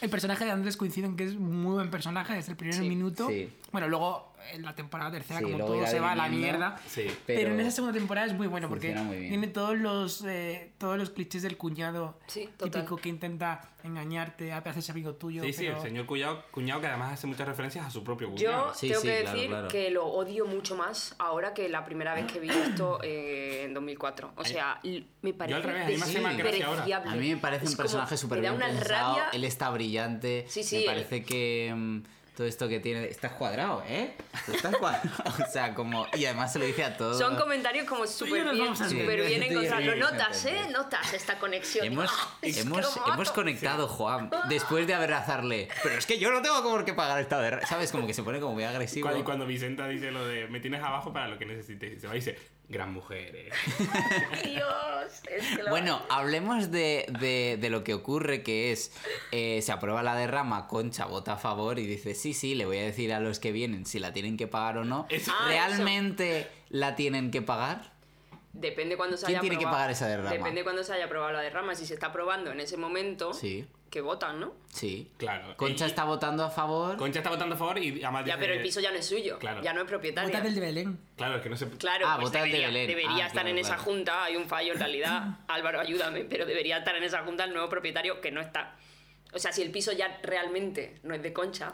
Speaker 4: El personaje de Andrés coincide en que es un muy buen personaje desde el primer
Speaker 3: Sí,
Speaker 4: minuto.
Speaker 1: sí.
Speaker 4: Bueno, luego en la temporada tercera,
Speaker 1: Sí,
Speaker 4: como
Speaker 1: luego
Speaker 4: todo
Speaker 1: irá
Speaker 4: se va a la
Speaker 1: diluyendo.
Speaker 4: mierda.
Speaker 5: Sí.
Speaker 1: Pero-
Speaker 4: Pero, en esa segunda temporada es muy bueno porque
Speaker 1: Funciona muy bien.
Speaker 4: tiene todos los, eh, todos los clichés del cuñado
Speaker 3: Sí, total.
Speaker 4: típico que intenta engañarte, hacerse amigo tuyo.
Speaker 5: Sí, sí,
Speaker 4: pero-
Speaker 5: el señor cuñado, cuñado que además hace muchas referencias a su propio
Speaker 3: Yo
Speaker 5: cuñado.
Speaker 1: Sí,
Speaker 3: tengo
Speaker 1: sí,
Speaker 3: que
Speaker 1: claro,
Speaker 3: decir
Speaker 1: claro.
Speaker 3: que lo odio mucho más ahora que la primera vez que vi esto eh, en 2004. O sea, l- me parece
Speaker 5: al revés, a mí me
Speaker 1: hace más
Speaker 5: gracia ahora.
Speaker 3: despreciable.
Speaker 1: A mí me parece
Speaker 3: Es
Speaker 1: un
Speaker 3: como-
Speaker 1: personaje súper
Speaker 3: me da
Speaker 1: bien
Speaker 3: una
Speaker 1: pensado.
Speaker 3: rabia.
Speaker 1: Él está brillante.
Speaker 3: Sí, sí,
Speaker 1: Me
Speaker 3: él-
Speaker 1: parece que mm, todo esto que tiene. Estás cuadrado, ¿eh? Estás cuadrado. o sea, como. Y además se lo dice a todos.
Speaker 3: Son comentarios como súper
Speaker 4: nos
Speaker 3: bien,
Speaker 4: vamos a
Speaker 3: súper
Speaker 1: entender.
Speaker 3: bien
Speaker 1: Sí,
Speaker 3: encontrados.
Speaker 1: sí,
Speaker 3: Lo
Speaker 1: sí,
Speaker 3: notas,
Speaker 1: sí, sí.
Speaker 3: ¿eh? Notas esta conexión.
Speaker 1: Hemos,
Speaker 3: ¡Ah! Es
Speaker 1: hemos,
Speaker 3: cromato.
Speaker 1: hemos conectado, Juan, después de abrazarle. Pero es que yo no tengo por qué pagar esta de... ¿Sabes? Como que se pone como muy
Speaker 5: Y
Speaker 1: agresivo.
Speaker 5: cuando, y cuando Vicenta dice lo de me tienes abajo para lo que necesites, y se va y dice, gran mujer, eh".
Speaker 3: Dios. es que lo-
Speaker 1: Bueno, hablemos de, de- de lo que ocurre, que es, eh, se aprueba la derrama, Concha vota a favor y dice, sí, sí, le voy a decir a los que vienen si la tienen que pagar o no.
Speaker 5: Eso.
Speaker 3: Ah,
Speaker 1: ¿Realmente la tienen que pagar?
Speaker 3: Depende cuando se
Speaker 1: ¿Quién
Speaker 3: haya
Speaker 1: tiene que
Speaker 3: aprobado-
Speaker 1: pagar esa derrama?
Speaker 3: Depende cuando se haya aprobado la derrama. Si se está aprobando en ese momento,
Speaker 1: Sí.
Speaker 3: que votan, ¿no?
Speaker 1: Sí.
Speaker 5: Claro.
Speaker 1: Concha
Speaker 5: Y-
Speaker 1: está votando a favor.
Speaker 5: Concha está votando a favor y además
Speaker 3: Ya,
Speaker 5: dice
Speaker 3: pero el
Speaker 5: que-
Speaker 3: piso ya no es suyo.
Speaker 5: Claro.
Speaker 3: Ya no es
Speaker 4: Bota
Speaker 3: propietaria.
Speaker 4: del de Belén.
Speaker 5: Claro, es que no se...
Speaker 3: Claro,
Speaker 1: Ah,
Speaker 3: pues
Speaker 1: vota el de
Speaker 3: debería,
Speaker 1: Belén.
Speaker 3: debería
Speaker 1: Ah,
Speaker 3: estar
Speaker 1: claro,
Speaker 3: en esa
Speaker 1: claro.
Speaker 3: junta, hay un fallo en realidad. Álvaro, ayúdame, pero debería estar en esa junta el nuevo propietario que no está. O sea, si el piso ya realmente no es de concha,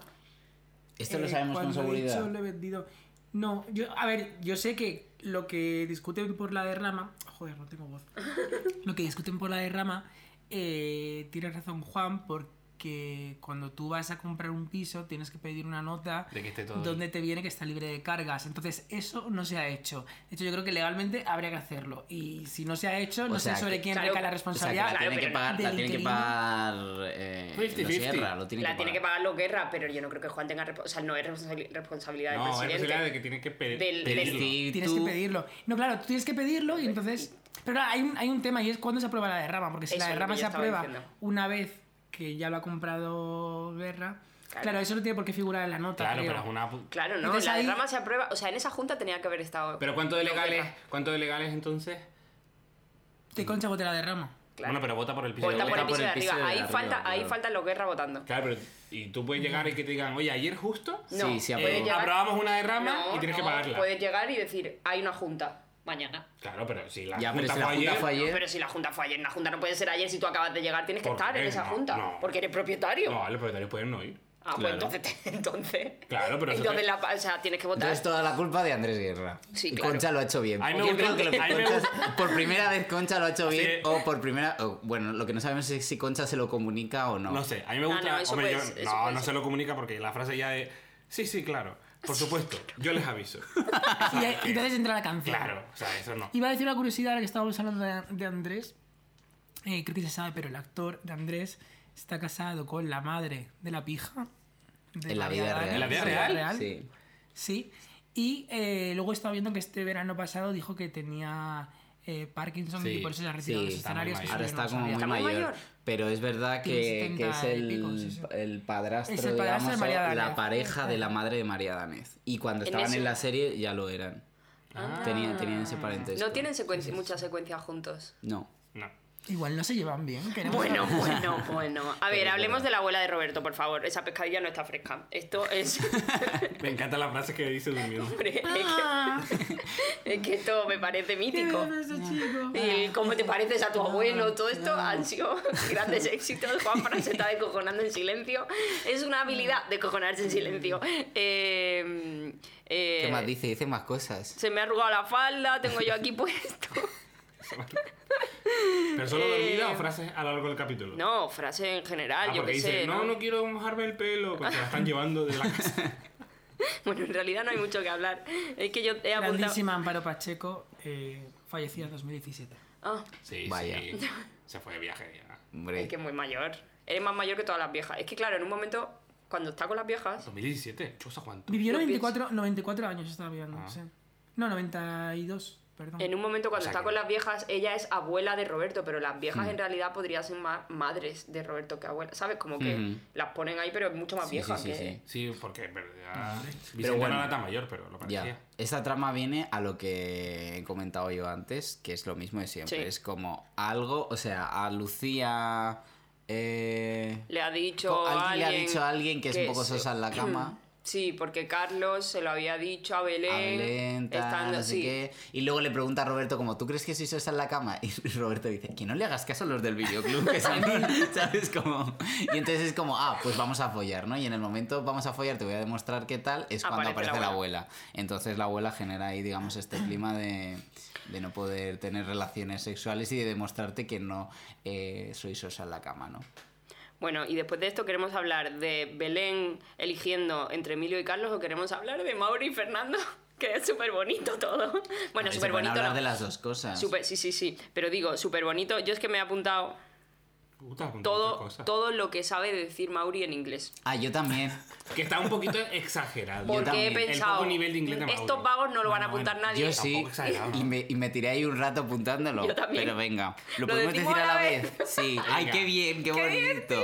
Speaker 1: Esto lo
Speaker 4: Eh,
Speaker 1: sabemos con
Speaker 4: cuando he
Speaker 1: seguridad.
Speaker 4: dicho, lo he vendido. No, yo, a ver, yo sé que lo que discuten por la derrama. Joder, no tengo voz. Lo que discuten por la derrama, eh, tiene razón Juan, porque cuando tú vas a comprar un piso tienes que pedir una nota
Speaker 5: De que esté todo
Speaker 4: donde te viene que está libre de cargas. Entonces, eso no se ha hecho. De hecho, yo creo que legalmente habría que hacerlo. Y si no se ha hecho,
Speaker 1: O
Speaker 4: no
Speaker 1: sea
Speaker 4: sé sobre
Speaker 1: que-
Speaker 4: quién
Speaker 3: Claro,
Speaker 1: O
Speaker 4: recae la
Speaker 1: sea, que la
Speaker 4: responsabilidad.
Speaker 3: Claro,
Speaker 1: tienen que
Speaker 3: pero
Speaker 1: pagar, la
Speaker 4: del
Speaker 1: tienen que
Speaker 4: inquilino.
Speaker 1: pagar eh, los
Speaker 5: 50-50.
Speaker 1: Sierra, lo tienen
Speaker 3: la
Speaker 1: que
Speaker 3: tiene que
Speaker 1: pagar.
Speaker 3: pagar los guerra, pero yo no creo que Juan tenga. resp- O sea, no es responsabil- responsabilidad del
Speaker 5: No, es
Speaker 3: presidente.
Speaker 5: posibilidad de que tiene que pedir.
Speaker 3: Del-
Speaker 5: pedirlo.
Speaker 3: del-
Speaker 1: Sí,
Speaker 4: Tienes
Speaker 1: tú-
Speaker 4: que pedirlo. No, claro, tú tienes que pedirlo y entonces... Pero claro, hay un, hay un tema y es cuándo se aprueba la derrama, porque si
Speaker 3: Eso
Speaker 4: la
Speaker 3: es lo
Speaker 4: derrama
Speaker 3: que yo
Speaker 4: se
Speaker 3: estaba
Speaker 4: aprueba
Speaker 3: diciendo.
Speaker 4: una vez que ya lo ha comprado Berra,
Speaker 3: Claro.
Speaker 4: claro, eso no tiene por qué figurar en la nota.
Speaker 5: Claro,
Speaker 4: creo.
Speaker 5: pero es una... pu-
Speaker 3: Claro, no,
Speaker 4: Entonces
Speaker 3: la
Speaker 4: ahí-
Speaker 3: derrama se aprueba. O sea, en esa junta tenía que haber estado.
Speaker 5: Pero ¿cuánto de
Speaker 3: los Guerra.
Speaker 5: legales, cuánto de legales entonces?
Speaker 4: Te concha bote la derrama.
Speaker 3: Claro.
Speaker 5: Bueno, pero vota por el piso.
Speaker 3: Vota
Speaker 5: de
Speaker 3: por el
Speaker 5: arriba.
Speaker 3: piso de
Speaker 1: piso
Speaker 3: arriba.
Speaker 1: de
Speaker 3: Ahí
Speaker 1: arriba,
Speaker 3: falta, ahí
Speaker 1: claro.
Speaker 3: faltan los guerra votando.
Speaker 5: Claro, pero... Y tú puedes llegar y que te digan, oye, ayer justo...
Speaker 1: Sí,
Speaker 3: No,
Speaker 1: sí,
Speaker 5: eh,
Speaker 1: puede
Speaker 3: puedes llegar-
Speaker 5: aprobamos una derrama
Speaker 3: No,
Speaker 5: y tienes que
Speaker 3: no,
Speaker 5: pagarla.
Speaker 3: Puedes llegar y decir, hay una junta mañana.
Speaker 5: Claro, pero si la
Speaker 1: Ya, pero
Speaker 5: junta
Speaker 1: si la
Speaker 5: fue
Speaker 1: junta
Speaker 5: ayer,
Speaker 1: fue ayer.
Speaker 3: No, pero si la junta fue ayer, la junta no puede ser ayer. Si tú acabas de llegar, tienes que
Speaker 5: ¿Por
Speaker 3: estar
Speaker 5: qué?
Speaker 3: en esa
Speaker 5: No,
Speaker 3: junta.
Speaker 5: no.
Speaker 3: Porque eres propietario.
Speaker 5: No, los propietarios pueden no ir.
Speaker 3: Ah, pues
Speaker 5: Claro.
Speaker 3: entonces, entonces.
Speaker 5: Claro, pero eso
Speaker 3: Entonces,
Speaker 5: te-
Speaker 3: la, o sea, tienes que votar.
Speaker 1: Entonces toda la culpa de Andrés Guerra.
Speaker 3: Sí,
Speaker 1: Y
Speaker 3: claro.
Speaker 1: Concha lo ha hecho bien.
Speaker 5: A mí me
Speaker 1: Yo
Speaker 5: gusta-
Speaker 1: creo que
Speaker 5: a mí me
Speaker 1: Concha-
Speaker 5: gusta-
Speaker 1: por primera vez Concha lo ha hecho
Speaker 5: Sí.
Speaker 1: bien o por primera... o, bueno, lo que no sabemos es si Concha se lo comunica o no.
Speaker 5: No sé, a mí me
Speaker 3: Ah,
Speaker 5: gusta.
Speaker 3: no, eso
Speaker 5: hombre,
Speaker 3: puede
Speaker 5: yo-
Speaker 3: ser, eso
Speaker 5: no,
Speaker 3: puede
Speaker 5: no se
Speaker 3: ser.
Speaker 5: lo comunica porque la frase ya es. Sí, sí, claro. Por supuesto, yo les aviso.
Speaker 4: Y, ahí- y entonces entra la canción.
Speaker 5: Claro, o sea, eso no.
Speaker 4: Iba a decir una curiosidad ahora que estábamos hablando de, de Andrés. Eh, creo que se sabe, pero el actor de Andrés está casado con la madre de la pija. de
Speaker 1: En la
Speaker 4: María
Speaker 1: vida
Speaker 4: Dani.
Speaker 1: real.
Speaker 5: ¿En la vida
Speaker 4: Sí,
Speaker 5: real?
Speaker 1: Sí.
Speaker 4: Sí. Y eh, luego estaba viendo que este verano pasado dijo que tenía eh, Parkinson
Speaker 5: Sí,
Speaker 4: y por eso se ha retirado
Speaker 1: Sí,
Speaker 4: de los
Speaker 5: está muy
Speaker 4: escenarios.
Speaker 5: mayor.
Speaker 4: eso
Speaker 1: Ahora
Speaker 4: yo no
Speaker 1: está como
Speaker 4: lo
Speaker 1: muy
Speaker 4: sabía.
Speaker 3: Está muy
Speaker 1: mayor,
Speaker 3: mayor.
Speaker 1: pero es verdad que,
Speaker 4: Tiene
Speaker 1: que es
Speaker 4: 70 y
Speaker 1: el,
Speaker 4: pico, sí, sí.
Speaker 1: el padrastro,
Speaker 4: Es el padrastro
Speaker 1: digamos,
Speaker 4: de María
Speaker 1: o la
Speaker 4: Danez.
Speaker 1: pareja de la madre de María Danez. Y cuando
Speaker 3: En
Speaker 1: estaban en
Speaker 3: ese-
Speaker 1: la serie ya lo eran. Tenían, tenían ese parentesco.
Speaker 3: No tienen secuen- muchas secuencias juntos.
Speaker 1: No.
Speaker 5: No.
Speaker 4: Igual no se llevan bien. queremos
Speaker 3: Bueno,
Speaker 4: saber.
Speaker 3: bueno, bueno. A ver,
Speaker 1: Pero
Speaker 3: hablemos
Speaker 1: bueno.
Speaker 3: de la abuela de Roberto, por favor. Esa pescadilla no está fresca. Esto es.
Speaker 5: Me encanta la frase que dice durmiendo.
Speaker 3: Hombre,
Speaker 1: Ah.
Speaker 3: es, que, es que esto me parece mítico. Y cómo te pareces a tu abuelo, todo esto han sido grandes éxitos. Juan se está descojonando en silencio. Es una habilidad descojonarse en silencio. Eh, eh,
Speaker 1: ¿Qué más dice? Dice más cosas.
Speaker 3: Se me ha arrugado la falda, tengo yo aquí puesto.
Speaker 5: ¿Pero solo
Speaker 3: Eh,
Speaker 5: dormida o frases a lo largo del capítulo?
Speaker 3: No, frase en general,
Speaker 5: Ah,
Speaker 3: yo
Speaker 5: porque
Speaker 3: qué
Speaker 5: dice,
Speaker 3: sé.
Speaker 5: no, no quiero mojarme el pelo, porque la están llevando de la casa.
Speaker 3: Bueno, en realidad no hay mucho que hablar. Es que yo he apuntado.
Speaker 4: Grandísima Amparo Pacheco eh, fallecía en 2017.
Speaker 3: Ah,
Speaker 5: Sí,
Speaker 1: Vaya.
Speaker 5: sí. Se fue de viaje ya.
Speaker 1: Hombre.
Speaker 3: es que es muy mayor. Eres más mayor que todas las viejas. Es que claro, en un momento, cuando está con las viejas,
Speaker 5: 2017, chusa cuánto.
Speaker 4: Vivió
Speaker 3: Yo
Speaker 4: 94, 94 años, estaba viviendo.
Speaker 5: Ah.
Speaker 4: sí. No, 92, perdón.
Speaker 3: en un momento cuando
Speaker 5: O sea
Speaker 3: está
Speaker 5: que-
Speaker 3: con las viejas, ella es abuela de Roberto, pero las viejas
Speaker 1: Hmm.
Speaker 3: en realidad podrían ser más madres de Roberto que abuelas. ¿Sabes? Como que
Speaker 1: Ujú.
Speaker 3: las ponen ahí, pero es mucho más
Speaker 1: Hmm. Sí,
Speaker 3: viejas
Speaker 1: sí, sí,
Speaker 3: que-
Speaker 1: sí.
Speaker 5: Sí, porque en verdad. Vicente
Speaker 1: Pero bueno.
Speaker 5: no era tan mayor, pero lo parecía.
Speaker 1: Ya. Esta trama viene a lo que he comentado yo antes, que es lo mismo de siempre.
Speaker 3: Sí.
Speaker 1: Es como algo, o sea, a Lucía. eh,
Speaker 3: Le ha dicho
Speaker 1: co- alguien
Speaker 3: a alguien.
Speaker 1: le ha dicho a alguien que es un poco
Speaker 3: se-
Speaker 1: sosa en la cama.
Speaker 3: Sí, porque Carlos se lo había dicho a Belén.
Speaker 1: A Belén, tal,
Speaker 3: estando-
Speaker 1: no sé
Speaker 3: sí.
Speaker 1: qué. Y luego le pregunta a Roberto como, ¿tú crees que soy sosa en la cama? Y Roberto dice, que no le hagas caso a los del videoclub, que son, ¿sabes? Como... Y entonces es como, ah, pues vamos a follar, ¿no? Y en el momento vamos a follar, te voy a demostrar qué tal, es cuando
Speaker 3: Aparece
Speaker 1: aparece,
Speaker 3: la
Speaker 1: la, abuela. Entonces la abuela genera ahí, digamos, este clima de, de no poder tener relaciones sexuales y de demostrarte que no eh, soy sosa en la cama, ¿no?
Speaker 3: Bueno, y después de esto queremos hablar de Belén eligiendo entre Emilio y Carlos o queremos hablar de Mauri y Fernando, que es súper bonito todo. Bueno,
Speaker 1: Ah, y se
Speaker 3: súper
Speaker 1: pueden
Speaker 3: bonito.
Speaker 1: hablar
Speaker 3: no.
Speaker 1: de las dos cosas.
Speaker 3: Súper- sí, sí, sí. Pero digo, súper bonito. Yo es que me he apuntado
Speaker 5: Puta, con tantas
Speaker 3: todo,
Speaker 5: cosas.
Speaker 3: todo lo que sabe decir Mauri en inglés.
Speaker 1: Ah, yo también.
Speaker 5: Que está un poquito exagerado.
Speaker 1: Yo
Speaker 3: Porque he
Speaker 1: también. El
Speaker 3: pensado,
Speaker 5: poco nivel de inglés de Mauri.
Speaker 3: estos vagos no lo van a
Speaker 5: Bueno,
Speaker 3: apuntar
Speaker 5: bueno,
Speaker 3: nadie.
Speaker 1: Yo sí,
Speaker 5: Tampoco exageramos.
Speaker 1: y me, y me tiré ahí un rato apuntándolo.
Speaker 3: Yo también.
Speaker 1: Pero venga, lo,
Speaker 3: Lo
Speaker 1: podemos
Speaker 3: decimos
Speaker 1: decir a la vez. Sí, ay,
Speaker 5: Venga.
Speaker 1: qué bien, qué, bonito.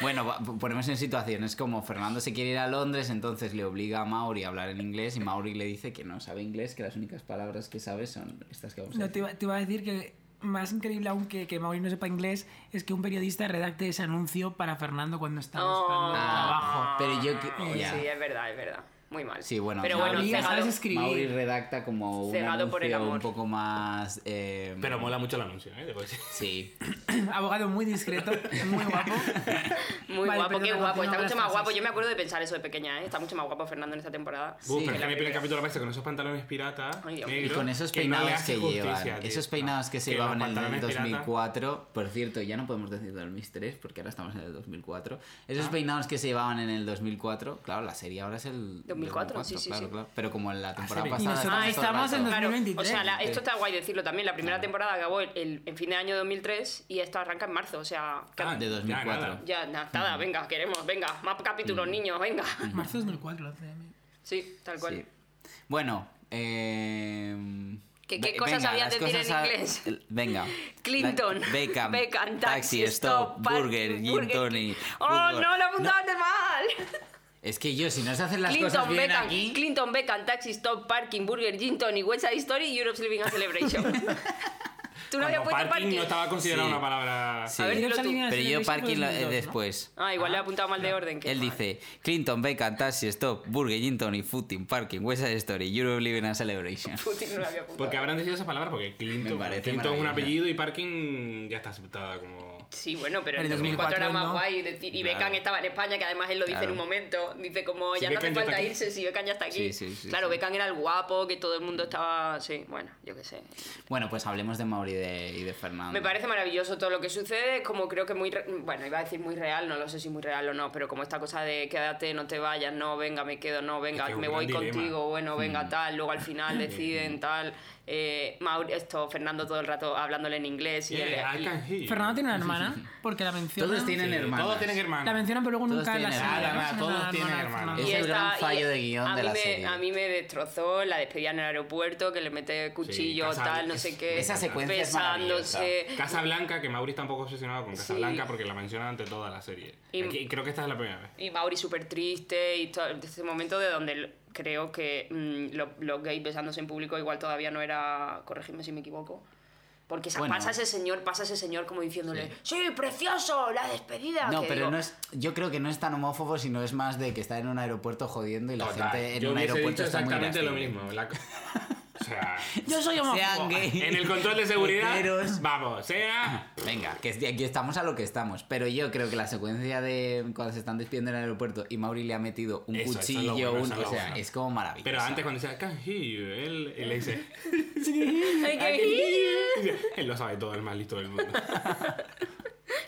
Speaker 1: bueno, va- ponemos en situaciones como Fernando se quiere ir a Londres, entonces le obliga a Mauri a hablar en inglés y Mauri le dice que no sabe inglés, que las únicas palabras que sabe son estas que vamos a
Speaker 4: No, te,
Speaker 1: decir.
Speaker 4: iba, te iba a decir que más increíble aún que, que Mauri no sepa inglés es que un periodista redacte ese anuncio para Fernando cuando está buscando
Speaker 3: Oh.
Speaker 1: Ah,
Speaker 4: trabajo.
Speaker 1: pero yo que-
Speaker 3: Pues
Speaker 1: ya.
Speaker 3: Sí, es verdad, es verdad. Muy mal.
Speaker 1: Sí, bueno,
Speaker 3: pero
Speaker 1: no,
Speaker 3: bueno,
Speaker 1: amiga,
Speaker 3: cegado.
Speaker 4: ¿sabes escribir.
Speaker 1: Mauri redacta como un
Speaker 3: Cegado por el
Speaker 1: anuncio
Speaker 3: amor.
Speaker 1: un poco más... eh,
Speaker 5: Pero mola mucho el anuncio, ¿eh? Debo decir.
Speaker 1: Sí,
Speaker 4: Abogado muy discreto, muy guapo.
Speaker 3: Muy
Speaker 4: Vale,
Speaker 3: guapo,
Speaker 4: perdona,
Speaker 3: qué guapo.
Speaker 4: continúa
Speaker 3: Está mucho
Speaker 4: con las
Speaker 3: más guapo.
Speaker 4: frases.
Speaker 3: Yo me acuerdo de pensar eso de pequeña, ¿eh? Está mucho más guapo Fernando en esta temporada.
Speaker 5: Uh, pero
Speaker 1: Sí.
Speaker 5: es que en el primer capítulo aparece con esos pantalones pirata
Speaker 3: Ay, Dios.
Speaker 1: Y
Speaker 5: negros,
Speaker 1: con esos
Speaker 5: que no
Speaker 1: peinados
Speaker 5: le
Speaker 1: que,
Speaker 5: hace justicia,
Speaker 1: llevan,
Speaker 5: tío.
Speaker 1: esos peinados que se
Speaker 5: los
Speaker 1: llevaban en el
Speaker 5: pantalones pirata- Ah,
Speaker 1: 2004, por cierto, ya no podemos decir 2003 porque ahora estamos en el 2004, esos
Speaker 5: Ah.
Speaker 1: peinados que se llevaban en el 2004, claro, la serie ahora es el
Speaker 3: 2004, sí, sí,
Speaker 1: claro,
Speaker 3: sí.
Speaker 1: claro, pero como en la temporada
Speaker 5: sí.
Speaker 1: pasada...
Speaker 4: Y nosotros
Speaker 1: estaba todo el
Speaker 4: estamos en
Speaker 1: rato.
Speaker 3: Claro,
Speaker 4: 2023.
Speaker 3: o sea, la- esto está guay decirlo también. La primera temporada acabó el- el- en fin de año 2003 y esta arranca en marzo. O sea, que-
Speaker 5: Ah,
Speaker 1: de 2004.
Speaker 3: ya na- nada, venga, queremos, venga, más capítulos, niños, venga.
Speaker 4: Marzo de 2004, la CM.
Speaker 3: Sí, tal cual.
Speaker 1: Sí. Bueno, eh...
Speaker 3: ¿Qué-
Speaker 1: ve-
Speaker 3: qué cosas
Speaker 1: venga,
Speaker 3: había
Speaker 1: las
Speaker 3: de decir en
Speaker 1: cosas a-
Speaker 3: inglés?
Speaker 1: el- Venga.
Speaker 3: Clinton,
Speaker 1: La- Beckham,
Speaker 3: Beckham,
Speaker 1: Taxi, Stop,
Speaker 3: Pat-
Speaker 1: Burger, Gin
Speaker 3: Burger
Speaker 1: Tony.
Speaker 3: King. ¡Oh,
Speaker 1: Burger.
Speaker 3: no, lo he apuntado antes mal!
Speaker 1: Es que yo, si no se hacen las cosas
Speaker 3: Clinton,
Speaker 1: bien
Speaker 3: Beckham,
Speaker 1: aquí...
Speaker 3: Clinton, Beckham, Taxi, Stop, Parking, Burger, Gin Tony, West Side Story y Europe's Living a Celebration. ¿Tú no habías
Speaker 5: Cuando
Speaker 3: puesto
Speaker 5: parking
Speaker 3: parking?
Speaker 5: no estaba considerado
Speaker 1: Sí.
Speaker 5: una palabra...
Speaker 1: Sí.
Speaker 3: A ver, dilo tú.
Speaker 1: Pero yo parking lo- eh, después.
Speaker 3: Ah, igual le he apuntado mal de orden. que
Speaker 1: Él
Speaker 3: mal.
Speaker 1: dice, Clinton, Bacon, Taxi, Stop, Burger, Gin Tony, Footing, Parking, West Side Story, Europe Living and Celebration.
Speaker 3: Putin no lo había apuntado.
Speaker 5: Porque habrán decidido esa palabra porque Clinton,
Speaker 1: Me parece
Speaker 5: Clinton es un
Speaker 1: maravilloso.
Speaker 5: apellido y parking ya está aceptada como...
Speaker 3: Sí, bueno, pero
Speaker 4: En
Speaker 3: en
Speaker 4: el
Speaker 3: 2004 era
Speaker 4: 2004
Speaker 3: más
Speaker 4: no.
Speaker 3: guay. y decir- Y
Speaker 1: Claro.
Speaker 3: Beckham estaba en España, que además él lo dice
Speaker 1: Claro.
Speaker 3: en un momento. Dice como,
Speaker 5: Si
Speaker 3: ya no hace
Speaker 5: Beckham ya está
Speaker 3: falta
Speaker 5: aquí".
Speaker 3: irse si Beckham ya está aquí.
Speaker 1: Sí, sí, sí,
Speaker 3: claro,
Speaker 1: sí.
Speaker 3: Beckham era el guapo, que todo el mundo estaba... Sí, bueno, yo qué sé.
Speaker 1: Bueno, pues hablemos de Mauri y de, y de
Speaker 5: Ah.
Speaker 1: Fernando.
Speaker 3: Me parece maravilloso todo lo que sucede, es como creo que muy, re- bueno, iba a decir muy real, no lo sé si muy real o no, pero como esta cosa de quédate, no te vayas, no, venga, me quedo, no, venga,
Speaker 5: Es que es un
Speaker 3: me
Speaker 5: gran
Speaker 3: voy
Speaker 5: dilema. Mm.
Speaker 3: contigo, bueno, venga, tal, luego al final deciden, tal. Eh, Maur- esto, Fernando todo el rato hablándole en inglés y él-
Speaker 5: Yeah, I
Speaker 3: él-
Speaker 5: can hear you.
Speaker 4: Fernando tiene una hermana, porque la mencionan.
Speaker 1: Todos tienen
Speaker 5: Sí,
Speaker 1: hermanos.
Speaker 5: Todos tienen
Speaker 4: La
Speaker 5: hermanos.
Speaker 4: mencionan, pero luego
Speaker 1: Todos
Speaker 4: nunca la
Speaker 1: tienen
Speaker 4: siguen.
Speaker 5: hermanas,
Speaker 4: Es una
Speaker 5: todos
Speaker 4: hermana
Speaker 5: tienen
Speaker 4: de
Speaker 5: hermanas.
Speaker 4: Fernando.
Speaker 1: Es el gran fallo de guión
Speaker 3: a
Speaker 1: de
Speaker 3: mí
Speaker 1: la
Speaker 3: me-
Speaker 1: serie.
Speaker 3: A mí me destrozó la despedida en el aeropuerto, que le mete cuchillo,
Speaker 5: Casa-
Speaker 3: tal, no
Speaker 5: es-
Speaker 3: sé qué.
Speaker 1: esa secuencia es
Speaker 3: besándose.
Speaker 5: Casa Blanca, Eh, que Mauri está un poco obsesionado con Casa
Speaker 3: Sí.
Speaker 5: Blanca porque la menciona ante toda la serie.
Speaker 3: Y-
Speaker 5: Aquí- creo que esta es la primera vez.
Speaker 3: Y Mauri súper triste y todo ese momento de donde l- creo que mm, lo- los gays besándose en público igual todavía no era, corregidme si me equivoco. Porque sa-
Speaker 1: Bueno.
Speaker 3: pasa ese señor, pasa ese señor como diciéndole, sí, precioso, la despedida.
Speaker 1: No,
Speaker 3: que
Speaker 1: pero
Speaker 3: digo,
Speaker 1: no es, yo creo que no es tan homófobo, sino es más de que está en un aeropuerto jodiendo y la
Speaker 5: Total.
Speaker 1: gente en
Speaker 5: Yo
Speaker 1: un
Speaker 5: hubiese
Speaker 1: aeropuerto
Speaker 5: dicho
Speaker 1: está muy
Speaker 5: exactamente lo
Speaker 1: graciosa.
Speaker 5: mismo. La- O sea,
Speaker 4: Yo soy
Speaker 1: Sean
Speaker 4: homófobo.
Speaker 1: gays.
Speaker 5: en el control de seguridad,
Speaker 1: heteros.
Speaker 5: vamos, sea.
Speaker 1: Venga, que de aquí estamos a lo que estamos. Pero yo creo que la secuencia de cuando se están despidiendo en el aeropuerto y Mauri le ha metido un
Speaker 5: Eso, eso es lo
Speaker 1: cuchillo,
Speaker 5: bueno,
Speaker 1: un-
Speaker 5: eso es
Speaker 1: o
Speaker 5: lo
Speaker 1: sea,
Speaker 5: bueno.
Speaker 1: es como maravilloso.
Speaker 5: Pero antes cuando dice, I can hear you, él, él le dice,
Speaker 3: "Ay, qué
Speaker 5: él lo sabe todo, el más listo del mundo.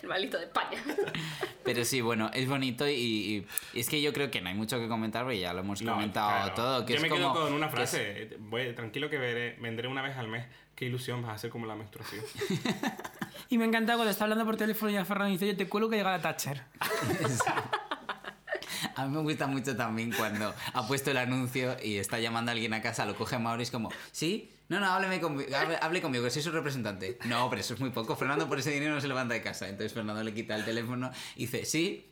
Speaker 3: El malito de España.
Speaker 1: Pero sí, bueno, es bonito y, y- y es que yo creo que no hay mucho que comentar porque ya lo hemos
Speaker 5: No,
Speaker 1: comentado
Speaker 5: claro.
Speaker 1: pues, todo. Que
Speaker 5: Yo
Speaker 1: es
Speaker 5: me
Speaker 1: como,
Speaker 5: quedo con una
Speaker 1: que es-
Speaker 5: frase. eh, voy- tranquilo que veré- vendré una vez al mes. Qué ilusión vas a hacer como la menstruación.
Speaker 4: Y me ha encantado cuando está hablando por teléfono y a Fernando dice, yo te cuelo que llega la Thatcher.
Speaker 1: A mí me gusta mucho también cuando ha puesto el anuncio y está llamando a alguien a casa, lo coge Mauri y es como, ¿sí? No, no, hábleme conmi- hable, hable conmigo, que soy su representante. No, pero eso es muy poco. Fernando por ese dinero no se levanta de casa. Entonces Fernando le quita el teléfono y dice, ¿sí?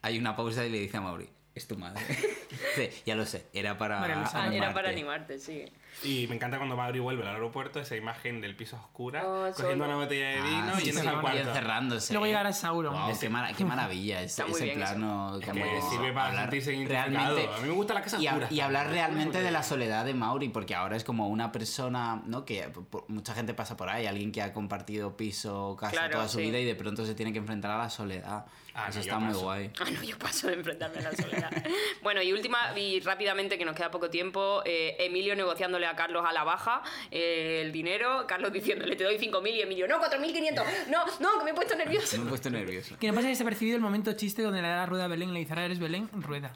Speaker 1: Hay una pausa y le dice a Mauri, es tu madre. Dice, ya lo sé, era para.
Speaker 4: María Luisa,
Speaker 1: animarte".
Speaker 3: Era para animarte, sí.
Speaker 5: Y me encanta cuando Madrid vuelve al aeropuerto, esa imagen del piso a oscura,
Speaker 3: Oh, solo.
Speaker 5: cogiendo una botella de vino
Speaker 1: Ah,
Speaker 5: y
Speaker 1: sí,
Speaker 5: yéndose
Speaker 1: sí,
Speaker 5: al
Speaker 1: y
Speaker 5: cuarto.
Speaker 1: encerrándose.
Speaker 4: Luego llegará
Speaker 1: Sauron.
Speaker 4: Sauron.
Speaker 1: qué, mara- qué maravilla es-
Speaker 3: Está muy
Speaker 1: ese
Speaker 3: bien eso.
Speaker 1: plano.
Speaker 5: Es
Speaker 1: como
Speaker 5: que sirve para
Speaker 1: hablar
Speaker 5: sentirse identificado. A mí me gusta la casa
Speaker 1: y, hab-
Speaker 5: oscura.
Speaker 1: y hablar realmente de la soledad de Mauri, porque ahora es como una persona, ¿no? Que por- mucha gente pasa por ahí, alguien que ha compartido piso, casa
Speaker 3: Claro,
Speaker 1: toda su
Speaker 3: sí.
Speaker 1: vida y de pronto se tiene que enfrentar a la soledad.
Speaker 5: Ah,
Speaker 1: Eso
Speaker 5: no, yo
Speaker 1: está muy
Speaker 5: paso.
Speaker 1: guay.
Speaker 3: Ah, no, yo paso de enfrentarme a la soledad. bueno, y última, y rápidamente, que nos queda poco tiempo, eh, Emilio negociándole a Carlos a la baja eh, el dinero, Carlos diciéndole, te doy 5.000 y Emilio, no, 4.500, no, no, que me he puesto nervioso.
Speaker 1: Me he puesto nervioso.
Speaker 4: Que no pasa desapercibido el momento chiste donde le da la rueda a Belén y le dice, ahora eres Belén, rueda.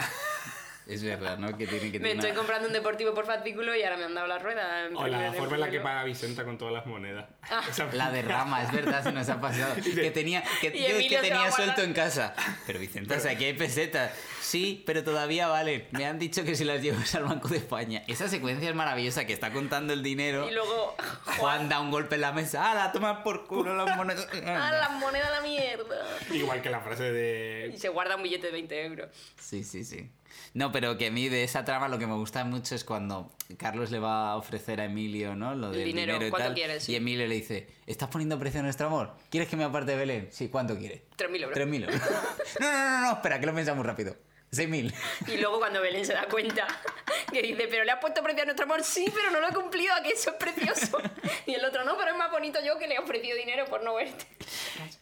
Speaker 1: Es verdad, ¿no? Que tiene que
Speaker 3: Me
Speaker 1: tener
Speaker 3: estoy
Speaker 1: una-
Speaker 3: comprando un deportivo por fascículo y ahora me han dado la rueda. en
Speaker 5: O la
Speaker 3: primer
Speaker 5: forma en la que
Speaker 3: ejemplo.
Speaker 5: paga Vicenta con todas las monedas.
Speaker 3: Ah.
Speaker 5: Esa-
Speaker 1: La derrama, es verdad, se nos ha pasado. Que tenía, que,
Speaker 3: Y
Speaker 1: yo es que
Speaker 3: Emilio se va
Speaker 1: tenía
Speaker 3: a guardar.
Speaker 1: suelto en casa. Pero Vicenta, o sea, aquí hay pesetas. Sí, pero todavía valen. Me han dicho que si las llevas al Banco de España. Esa secuencia es maravillosa, que está contando el dinero.
Speaker 3: Y luego,
Speaker 1: Juan da un golpe en la mesa. ¡Hala, toma por culo las monedas!
Speaker 3: ¡ah, la moneda a la mierda!
Speaker 5: Igual que la frase
Speaker 3: Y
Speaker 5: de.
Speaker 3: se guarda un billete de 20 euros.
Speaker 1: Sí, sí, sí. No, pero que a mí de esa trama lo que me gusta mucho es cuando Carlos le va a ofrecer a Emilio, ¿no? Lo
Speaker 3: El
Speaker 1: del
Speaker 3: dinero,
Speaker 1: dinero, y
Speaker 3: ¿cuánto
Speaker 1: tal.
Speaker 3: quieres?
Speaker 1: Y Emilio le dice, ¿estás poniendo precio a nuestro amor? ¿Quieres que me aparte de Belén? Sí, ¿cuánto quieres?
Speaker 3: 3.000 euros.
Speaker 1: 3.000 euros. No, no, no, no, espera, que lo pensamos rápido. 6.000.
Speaker 3: Y luego cuando Belén se da cuenta que dice, pero le has puesto precio a nuestro amor, sí, pero no lo he cumplido, a que eso es precioso. Y el otro, no, pero es más bonito yo que le he ofrecido dinero por no verte.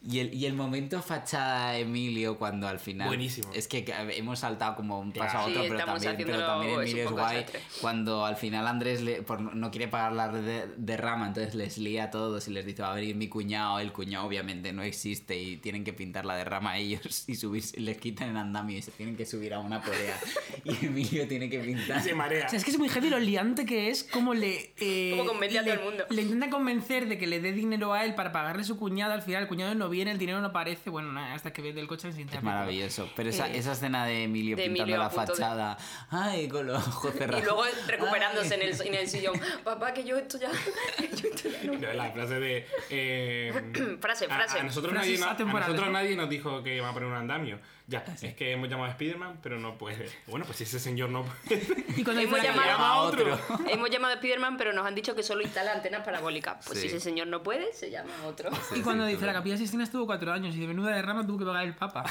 Speaker 1: Y el, y el momento fachada Emilio cuando al final...
Speaker 5: Buenísimo.
Speaker 1: Es que ca- hemos saltado como un paso
Speaker 5: Claro.
Speaker 1: a
Speaker 3: Sí,
Speaker 1: otro, pero,
Speaker 3: estamos
Speaker 1: también, pero
Speaker 3: haciéndolo,
Speaker 1: también
Speaker 3: es un
Speaker 1: Emilio es,
Speaker 3: poco
Speaker 1: guay.
Speaker 3: desastre.
Speaker 1: Cuando al final Andrés le- por no- no quiere pagar la red de- derrama, entonces les lía a todos y les dice, va a venir mi cuñado. El cuñado obviamente no existe y tienen que pintar la derrama ellos y subirse, les quitan el andamio y se tienen que subir a una polea. y Emilio tiene que pintar...
Speaker 5: Y se marea.
Speaker 4: O sea, es que es muy heavy lo liante que es, como le... eh,
Speaker 3: Cómo convence a
Speaker 4: le-
Speaker 3: todo el mundo.
Speaker 4: Le intenta convencer de que le dé dinero a él para pagarle su cuñada, al final el cuñado no viene, el dinero no aparece, bueno, nada, hasta que vende el coche en siguiente
Speaker 1: Es
Speaker 4: capítulo.
Speaker 1: maravilloso. Pero esa,
Speaker 4: Eh,
Speaker 1: esa escena de Emilio
Speaker 3: de
Speaker 1: pintando
Speaker 3: Emilio a
Speaker 1: la
Speaker 3: punto de-
Speaker 1: fachada. Ay, con los ojos cerrados.
Speaker 3: Y luego recuperándose
Speaker 1: Ay.
Speaker 3: en el, en el sillón, papá, que yo esto ya... yo esto ya no".
Speaker 5: No, La frase de. eh,
Speaker 3: Frase,
Speaker 5: a-
Speaker 3: frase.
Speaker 5: A, nosotros,
Speaker 4: Frases
Speaker 5: nadie, no- a
Speaker 4: atemporales,
Speaker 5: nosotros
Speaker 4: ¿no?
Speaker 5: nadie nos dijo que iba a poner un andamio. Ya,
Speaker 1: Ah,
Speaker 5: es que hemos llamado a Spiderman, pero no puede. Bueno, pues si ese señor no puede.
Speaker 4: Y cuando
Speaker 3: Hemos
Speaker 4: dice la-
Speaker 3: llamado-
Speaker 5: Llama a otro.
Speaker 3: Hemos llamado a Spiderman, pero nos han dicho que solo instala antenas parabólicas. Pues
Speaker 1: Sí.
Speaker 3: si ese señor no puede, se llama a otro.
Speaker 1: Sí,
Speaker 4: Y cuando
Speaker 1: sí,
Speaker 4: dice la
Speaker 1: total.
Speaker 4: capilla Sistina estuvo cuatro años y de menuda derrama tuvo que pagar el Papa.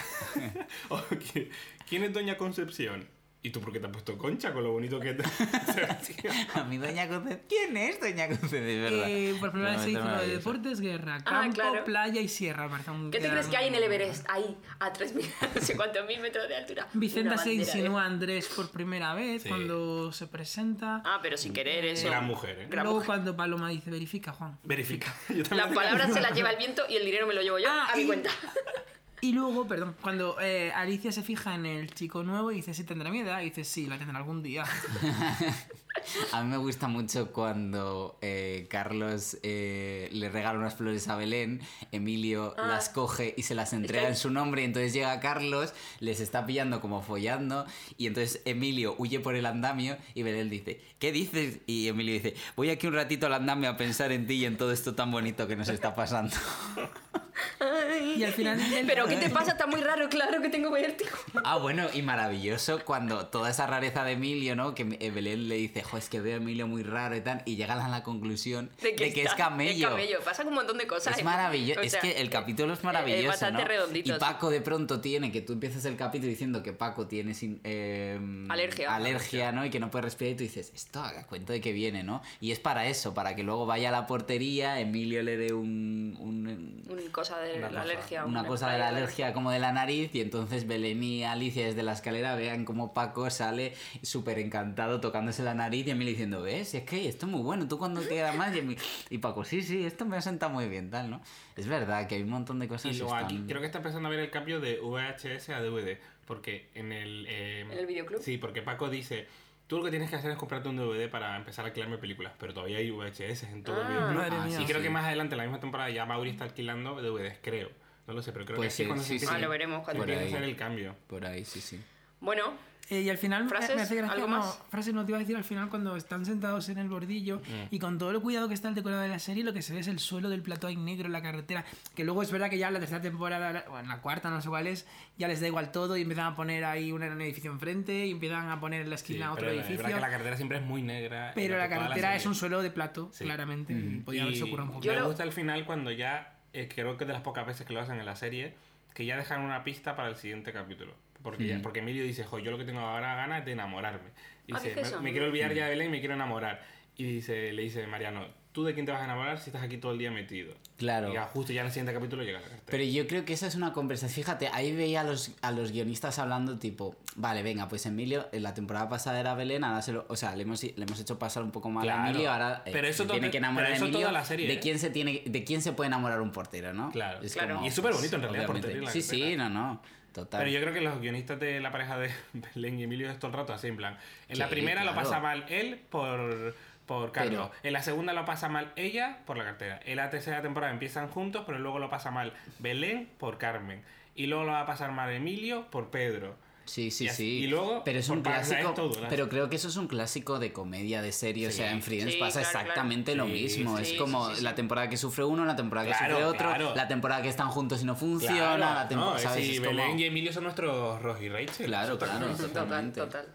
Speaker 5: O que- ¿Quién es Doña Concepción? ¿Y tú por qué te has puesto concha con lo bonito que te... se vestía?
Speaker 1: A mí Doña Conce... ¿Quién es Doña Conce de verdad?
Speaker 4: Eh, por primera vez se hizo lo de
Speaker 1: Realmente
Speaker 4: deportes, guerra, campo,
Speaker 3: Ah, claro.
Speaker 4: playa y sierra. Marta, un-
Speaker 3: ¿Qué te
Speaker 4: era
Speaker 3: crees
Speaker 4: un-
Speaker 3: que hay en el Everest? Ahí, a 3.000, no sé cuántos mil metros de altura.
Speaker 4: Vicenta
Speaker 3: Una
Speaker 4: se
Speaker 3: bandera,
Speaker 4: insinúa
Speaker 3: ¿eh?
Speaker 4: a Andrés por primera vez
Speaker 5: Sí.
Speaker 4: cuando se presenta.
Speaker 3: Ah, pero sin querer eso.
Speaker 5: Gran mujer, ¿eh?
Speaker 3: gran
Speaker 4: Luego
Speaker 3: mujer.
Speaker 4: cuando Paloma dice, verifica, Juan.
Speaker 5: Verifica. Yo también
Speaker 3: Las
Speaker 5: tengo-
Speaker 3: palabras se las lleva el viento y el dinero me lo llevo yo
Speaker 4: Ah,
Speaker 3: a mi
Speaker 4: y-
Speaker 3: cuenta.
Speaker 4: Y luego, perdón, cuando eh, Alicia se fija en el chico nuevo y dice, sí, tendrá mi edad. Y dice, sí, la tendrá algún día.
Speaker 1: A mí me gusta mucho cuando eh, Carlos eh, le regala unas flores a Belén, Emilio
Speaker 3: Ah.
Speaker 1: las coge y se las entrega en su nombre, y entonces llega Carlos, les está pillando como follando, y entonces Emilio huye por el andamio y Belén dice, ¿qué dices? Y Emilio dice, voy aquí un ratito al andamio a pensar en ti y en todo esto tan bonito que nos está pasando.
Speaker 4: Y al final... él-
Speaker 3: Pero ¿qué te pasa? Está muy raro, claro que tengo vértigo.
Speaker 1: Ah, bueno, y maravilloso cuando toda esa rareza de Emilio, ¿no? Que eh, Belén le dice, jo, es que veo a Emilio muy raro y tal, y llegan a la conclusión de que, es
Speaker 3: está-
Speaker 1: camello.
Speaker 3: Es camello. Pasa con un montón de cosas.
Speaker 1: Es maravilloso,
Speaker 3: O sea,
Speaker 1: es que el capítulo es maravilloso.
Speaker 3: Es bastante
Speaker 1: ¿no?
Speaker 3: redondito.
Speaker 1: Y
Speaker 3: sí.
Speaker 1: Paco de pronto tiene, que tú empiezas el capítulo diciendo que Paco tiene sin, eh,
Speaker 3: Alergia.
Speaker 1: alergia, ¿no? Y que no puede respirar y tú dices, esto haga cuenta de que viene, ¿no? Y es para eso, para que luego vaya a la portería, Emilio le dé un- un,
Speaker 3: Una cosa de
Speaker 5: Una
Speaker 3: la
Speaker 5: cosa-
Speaker 3: alergia.
Speaker 1: una cosa de la alergia como de la nariz y entonces Belén y Alicia desde la escalera vean como Paco sale súper encantado tocándose la nariz y Emilio diciendo, ves, es que esto es muy bueno, tú cuando te da más y, Emilio- y Paco, sí, sí, esto me ha sentado muy bien, tal, ¿no? Es verdad que hay un montón de cosas
Speaker 5: Y
Speaker 1: que
Speaker 5: luego aquí
Speaker 1: están-
Speaker 5: creo que está empezando a ver el cambio de VHS a DVD. Porque en el. eh,
Speaker 3: ¿En el videoclub?
Speaker 5: Sí, porque Paco dice: Tú lo que tienes que hacer es comprarte un DVD para empezar a alquilarme películas. Pero todavía hay VHS en todo el
Speaker 3: Ah.
Speaker 5: videoclub.
Speaker 4: Madre mía.
Speaker 5: Y creo
Speaker 1: sí.
Speaker 5: que más adelante, en la misma temporada, ya Mauri está alquilando DVDs, creo. No lo sé, pero creo
Speaker 1: Pues
Speaker 5: que así
Speaker 1: sí,
Speaker 5: es cuando
Speaker 1: sí,
Speaker 5: se
Speaker 1: sí.
Speaker 5: empieza-
Speaker 3: Ah, lo veremos cuando-
Speaker 1: Por
Speaker 5: empieza a
Speaker 1: ahí.
Speaker 5: hacer el cambio.
Speaker 1: Por ahí, sí, sí.
Speaker 3: Bueno,
Speaker 4: Eh, y al final me-
Speaker 3: ¿Frases?
Speaker 4: me hace gracia
Speaker 3: ¿Algo
Speaker 4: no,
Speaker 3: más?
Speaker 4: frases no te iba a decir al final cuando están sentados en el bordillo
Speaker 5: Mm.
Speaker 4: y con todo el cuidado que está el decorado de la serie lo que se ve es el suelo del plató ahí negro en la carretera que luego es verdad que ya en la tercera temporada la- o en la cuarta no sé cuál es ya les da igual todo y empiezan a poner ahí un un edificio enfrente y empiezan a poner en la
Speaker 5: Sí,
Speaker 4: esquina otro
Speaker 5: pero la-
Speaker 4: edificio
Speaker 5: Es verdad que la carretera siempre es muy negra.
Speaker 4: pero la
Speaker 5: durante toda
Speaker 4: carretera es
Speaker 5: serie.
Speaker 4: un suelo de plato
Speaker 5: Sí. Mm.
Speaker 4: claramente podía haberse
Speaker 5: Y
Speaker 4: ocurrido un poco
Speaker 5: Me
Speaker 3: Yo lo-
Speaker 5: gusta al final cuando ya, eh, creo que es de las pocas veces que lo hacen en la serie, que ya dejan una pista para el siguiente capítulo. Porque, ya-
Speaker 1: Mm.
Speaker 5: porque Emilio dice, jo, yo lo que tengo ahora ganas es de enamorarme. Y
Speaker 3: Ah,
Speaker 5: dice,
Speaker 3: dice eso.
Speaker 5: me, me quiero olvidar ya de Belén y me quiero enamorar. Y dice, le dice Mariano, ¿tú de quién te vas a enamorar si estás aquí todo el día metido?
Speaker 1: Claro.
Speaker 5: Y ya justo ya en el siguiente capítulo llega la cartera.
Speaker 1: Pero yo creo que esa es una conversación. Fíjate, ahí veía a los, a los guionistas hablando tipo, vale, venga, pues Emilio, en la temporada pasada era Belén, ahora se lo, o sea, le hemos, le hemos hecho pasar un poco mal a
Speaker 5: Claro.
Speaker 1: Emilio, ahora eh,
Speaker 5: Pero eso
Speaker 1: se
Speaker 5: to-
Speaker 1: tiene que enamorar
Speaker 5: pero eso
Speaker 1: a Emilio.
Speaker 5: toda la serie,
Speaker 1: de
Speaker 5: ¿eh?
Speaker 1: quién se tiene, de quién se puede enamorar un portero, ¿no?
Speaker 5: Claro.
Speaker 3: Claro.
Speaker 5: Y es superbonito, en realidad,
Speaker 1: obviamente.
Speaker 5: portero y la
Speaker 1: Sí, sí, no, no. Total.
Speaker 5: Pero yo creo que los guionistas de la pareja de Belén y Emilio es todo el rato así, en plan. En la
Speaker 1: Sí,
Speaker 5: primera lo
Speaker 1: claro.
Speaker 5: pasa mal él por, por Carlos.
Speaker 1: Pero-
Speaker 5: En la segunda lo pasa mal ella por la cartera. En la tercera temporada empiezan juntos, pero luego lo pasa mal Belén por Carmen. Y luego lo va a pasar mal Emilio por Pedro.
Speaker 1: Sí, sí,
Speaker 5: Y así-
Speaker 1: sí.
Speaker 5: y luego,
Speaker 1: pero es
Speaker 5: por
Speaker 1: un
Speaker 5: pagar,
Speaker 1: clásico.
Speaker 5: es todo, ¿no?
Speaker 1: pero creo que eso es un clásico de comedia de serie. o
Speaker 5: Sí.
Speaker 1: sea, en Friends
Speaker 3: Sí,
Speaker 1: pasa
Speaker 3: claro, claro.
Speaker 1: exactamente lo
Speaker 5: Sí,
Speaker 1: mismo.
Speaker 5: sí,
Speaker 1: es
Speaker 3: sí,
Speaker 1: como
Speaker 3: sí, sí.
Speaker 1: la temporada que sufre uno, la temporada que
Speaker 5: Claro,
Speaker 1: sufre otro,
Speaker 5: claro.
Speaker 1: la temporada que están juntos y no funciona,
Speaker 5: Claro,
Speaker 1: la temporada.
Speaker 5: no,
Speaker 1: ¿sabes?
Speaker 5: sí,
Speaker 1: Es como-
Speaker 5: Belén y Emilio son nuestros Ross y Rachel.
Speaker 1: Claro,
Speaker 5: Nosotros-
Speaker 1: claro,
Speaker 3: total,
Speaker 1: totalmente.
Speaker 3: total.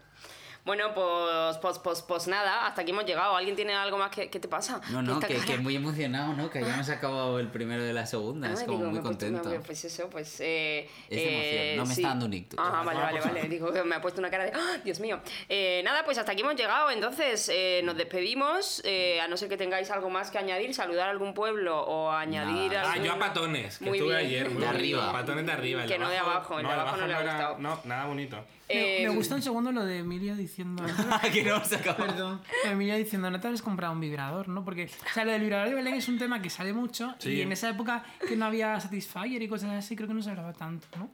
Speaker 3: Bueno, pues, pues, pues, pues nada, hasta aquí hemos llegado. ¿Alguien tiene algo más que, que te pasa?
Speaker 1: No, no,
Speaker 3: Esta
Speaker 1: que,
Speaker 3: cara.
Speaker 1: que muy emocionado, ¿no? Que hayamos acabado el primero de la
Speaker 3: Ah,
Speaker 1: segunda. es
Speaker 3: digo,
Speaker 1: como
Speaker 3: me
Speaker 1: muy
Speaker 3: he puesto-
Speaker 1: contento.
Speaker 3: me- pues eso, pues. eh,
Speaker 1: Es de
Speaker 3: eh,
Speaker 1: emoción, no me
Speaker 3: sí.
Speaker 1: está dando un ictus.
Speaker 3: Ajá, vale, vale, vale. Digo que me ha puesto una cara de. ¡Ah, Dios mío. Eh, nada, pues hasta aquí hemos llegado. Entonces, eh, nos despedimos. eh, a no ser que tengáis algo más que añadir, saludar a algún pueblo o añadir.
Speaker 1: Nada.
Speaker 5: Ah,
Speaker 3: algún-
Speaker 5: yo a patones, que
Speaker 3: Muy
Speaker 5: estuve
Speaker 3: bien.
Speaker 5: ayer. muy
Speaker 1: De
Speaker 5: bonito.
Speaker 1: arriba.
Speaker 5: Patones de arriba. el
Speaker 3: Que no de abajo, el de
Speaker 5: el
Speaker 3: abajo no le ha
Speaker 5: era-
Speaker 3: gustado.
Speaker 5: No, nada bonito.
Speaker 4: me,
Speaker 3: Eh,
Speaker 4: me gusta un segundo lo de Emilio diciendo
Speaker 1: Ah, que no hemos acabado.
Speaker 4: Perdón. Emilia diciendo, no te habrás comprado un vibrador, ¿no? Porque, o sea, lo del vibrador de Belén es un tema que sale mucho
Speaker 5: Sí.
Speaker 4: y en esa época que no había Satisfyer y cosas así, creo que no se hablaba tanto, ¿no?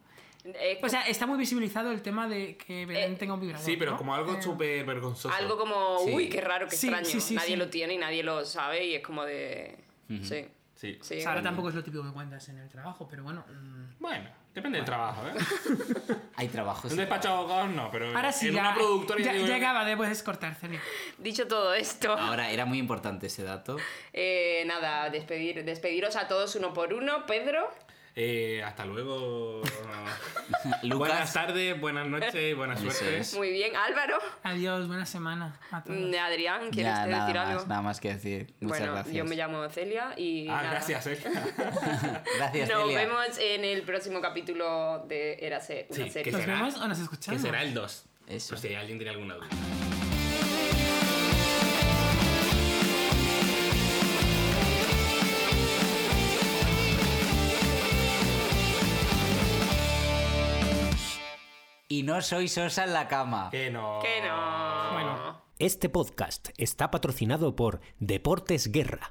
Speaker 3: eh,
Speaker 4: O sea, está muy visibilizado el tema de que Belén
Speaker 3: Eh,
Speaker 4: tenga un vibrador.
Speaker 5: Sí, pero
Speaker 4: ¿no?
Speaker 5: como algo
Speaker 4: Eh,
Speaker 5: súper vergonzoso.
Speaker 3: Ah. algo como.
Speaker 1: Sí.
Speaker 3: Uy, qué raro, qué
Speaker 4: Sí,
Speaker 3: extraño.
Speaker 4: sí, sí,
Speaker 3: nadie
Speaker 4: sí.
Speaker 3: lo tiene y nadie lo sabe y es como de. Sí.
Speaker 5: Sí.
Speaker 3: Sí.
Speaker 4: o sea, ahora tampoco es lo típico que cuentas en el trabajo, pero bueno. mm.
Speaker 5: Bueno, depende del trabajo, ¿eh?
Speaker 1: Hay trabajos.
Speaker 5: Un despacho de abogados no, pero
Speaker 4: Ahora sí,
Speaker 5: en
Speaker 4: ya,
Speaker 5: una productora
Speaker 4: ya,
Speaker 5: yo digo,
Speaker 4: ya acaba de puedes cortar, Celia.
Speaker 3: Dicho todo esto.
Speaker 1: Ahora, era muy importante ese dato.
Speaker 3: eh, nada, despedir, despediros a todos uno por uno. Pedro.
Speaker 5: eh, hasta luego. buenas
Speaker 1: Lucas.
Speaker 5: tardes, buenas noches, buenas
Speaker 1: Eso
Speaker 5: suertes.
Speaker 1: es.
Speaker 3: Muy bien. Álvaro.
Speaker 4: Adiós, buena semana a todos.
Speaker 3: Mm, Adrián, ¿quieres
Speaker 1: Ya,
Speaker 3: te
Speaker 1: nada
Speaker 3: decir
Speaker 1: más,
Speaker 3: algo?
Speaker 1: nada más que decir. Muchas
Speaker 3: bueno,
Speaker 1: gracias.
Speaker 3: yo me llamo Celia y.
Speaker 5: Ah,
Speaker 3: nada.
Speaker 5: gracias, eh.
Speaker 1: Gracias,
Speaker 3: Nos
Speaker 1: Celia.
Speaker 3: vemos en el próximo capítulo de Érase una
Speaker 5: Sí,
Speaker 3: serie.
Speaker 5: que
Speaker 4: ¿Nos
Speaker 5: será?
Speaker 4: vemos o nos escuchamos?
Speaker 5: que será el 2.
Speaker 1: Eso.
Speaker 5: Por si alguien tiene alguna duda.
Speaker 1: Y no soy sosa en la cama.
Speaker 5: Que no.
Speaker 3: Que no.
Speaker 4: Bueno.
Speaker 2: Este podcast está patrocinado por Deportes Guerra,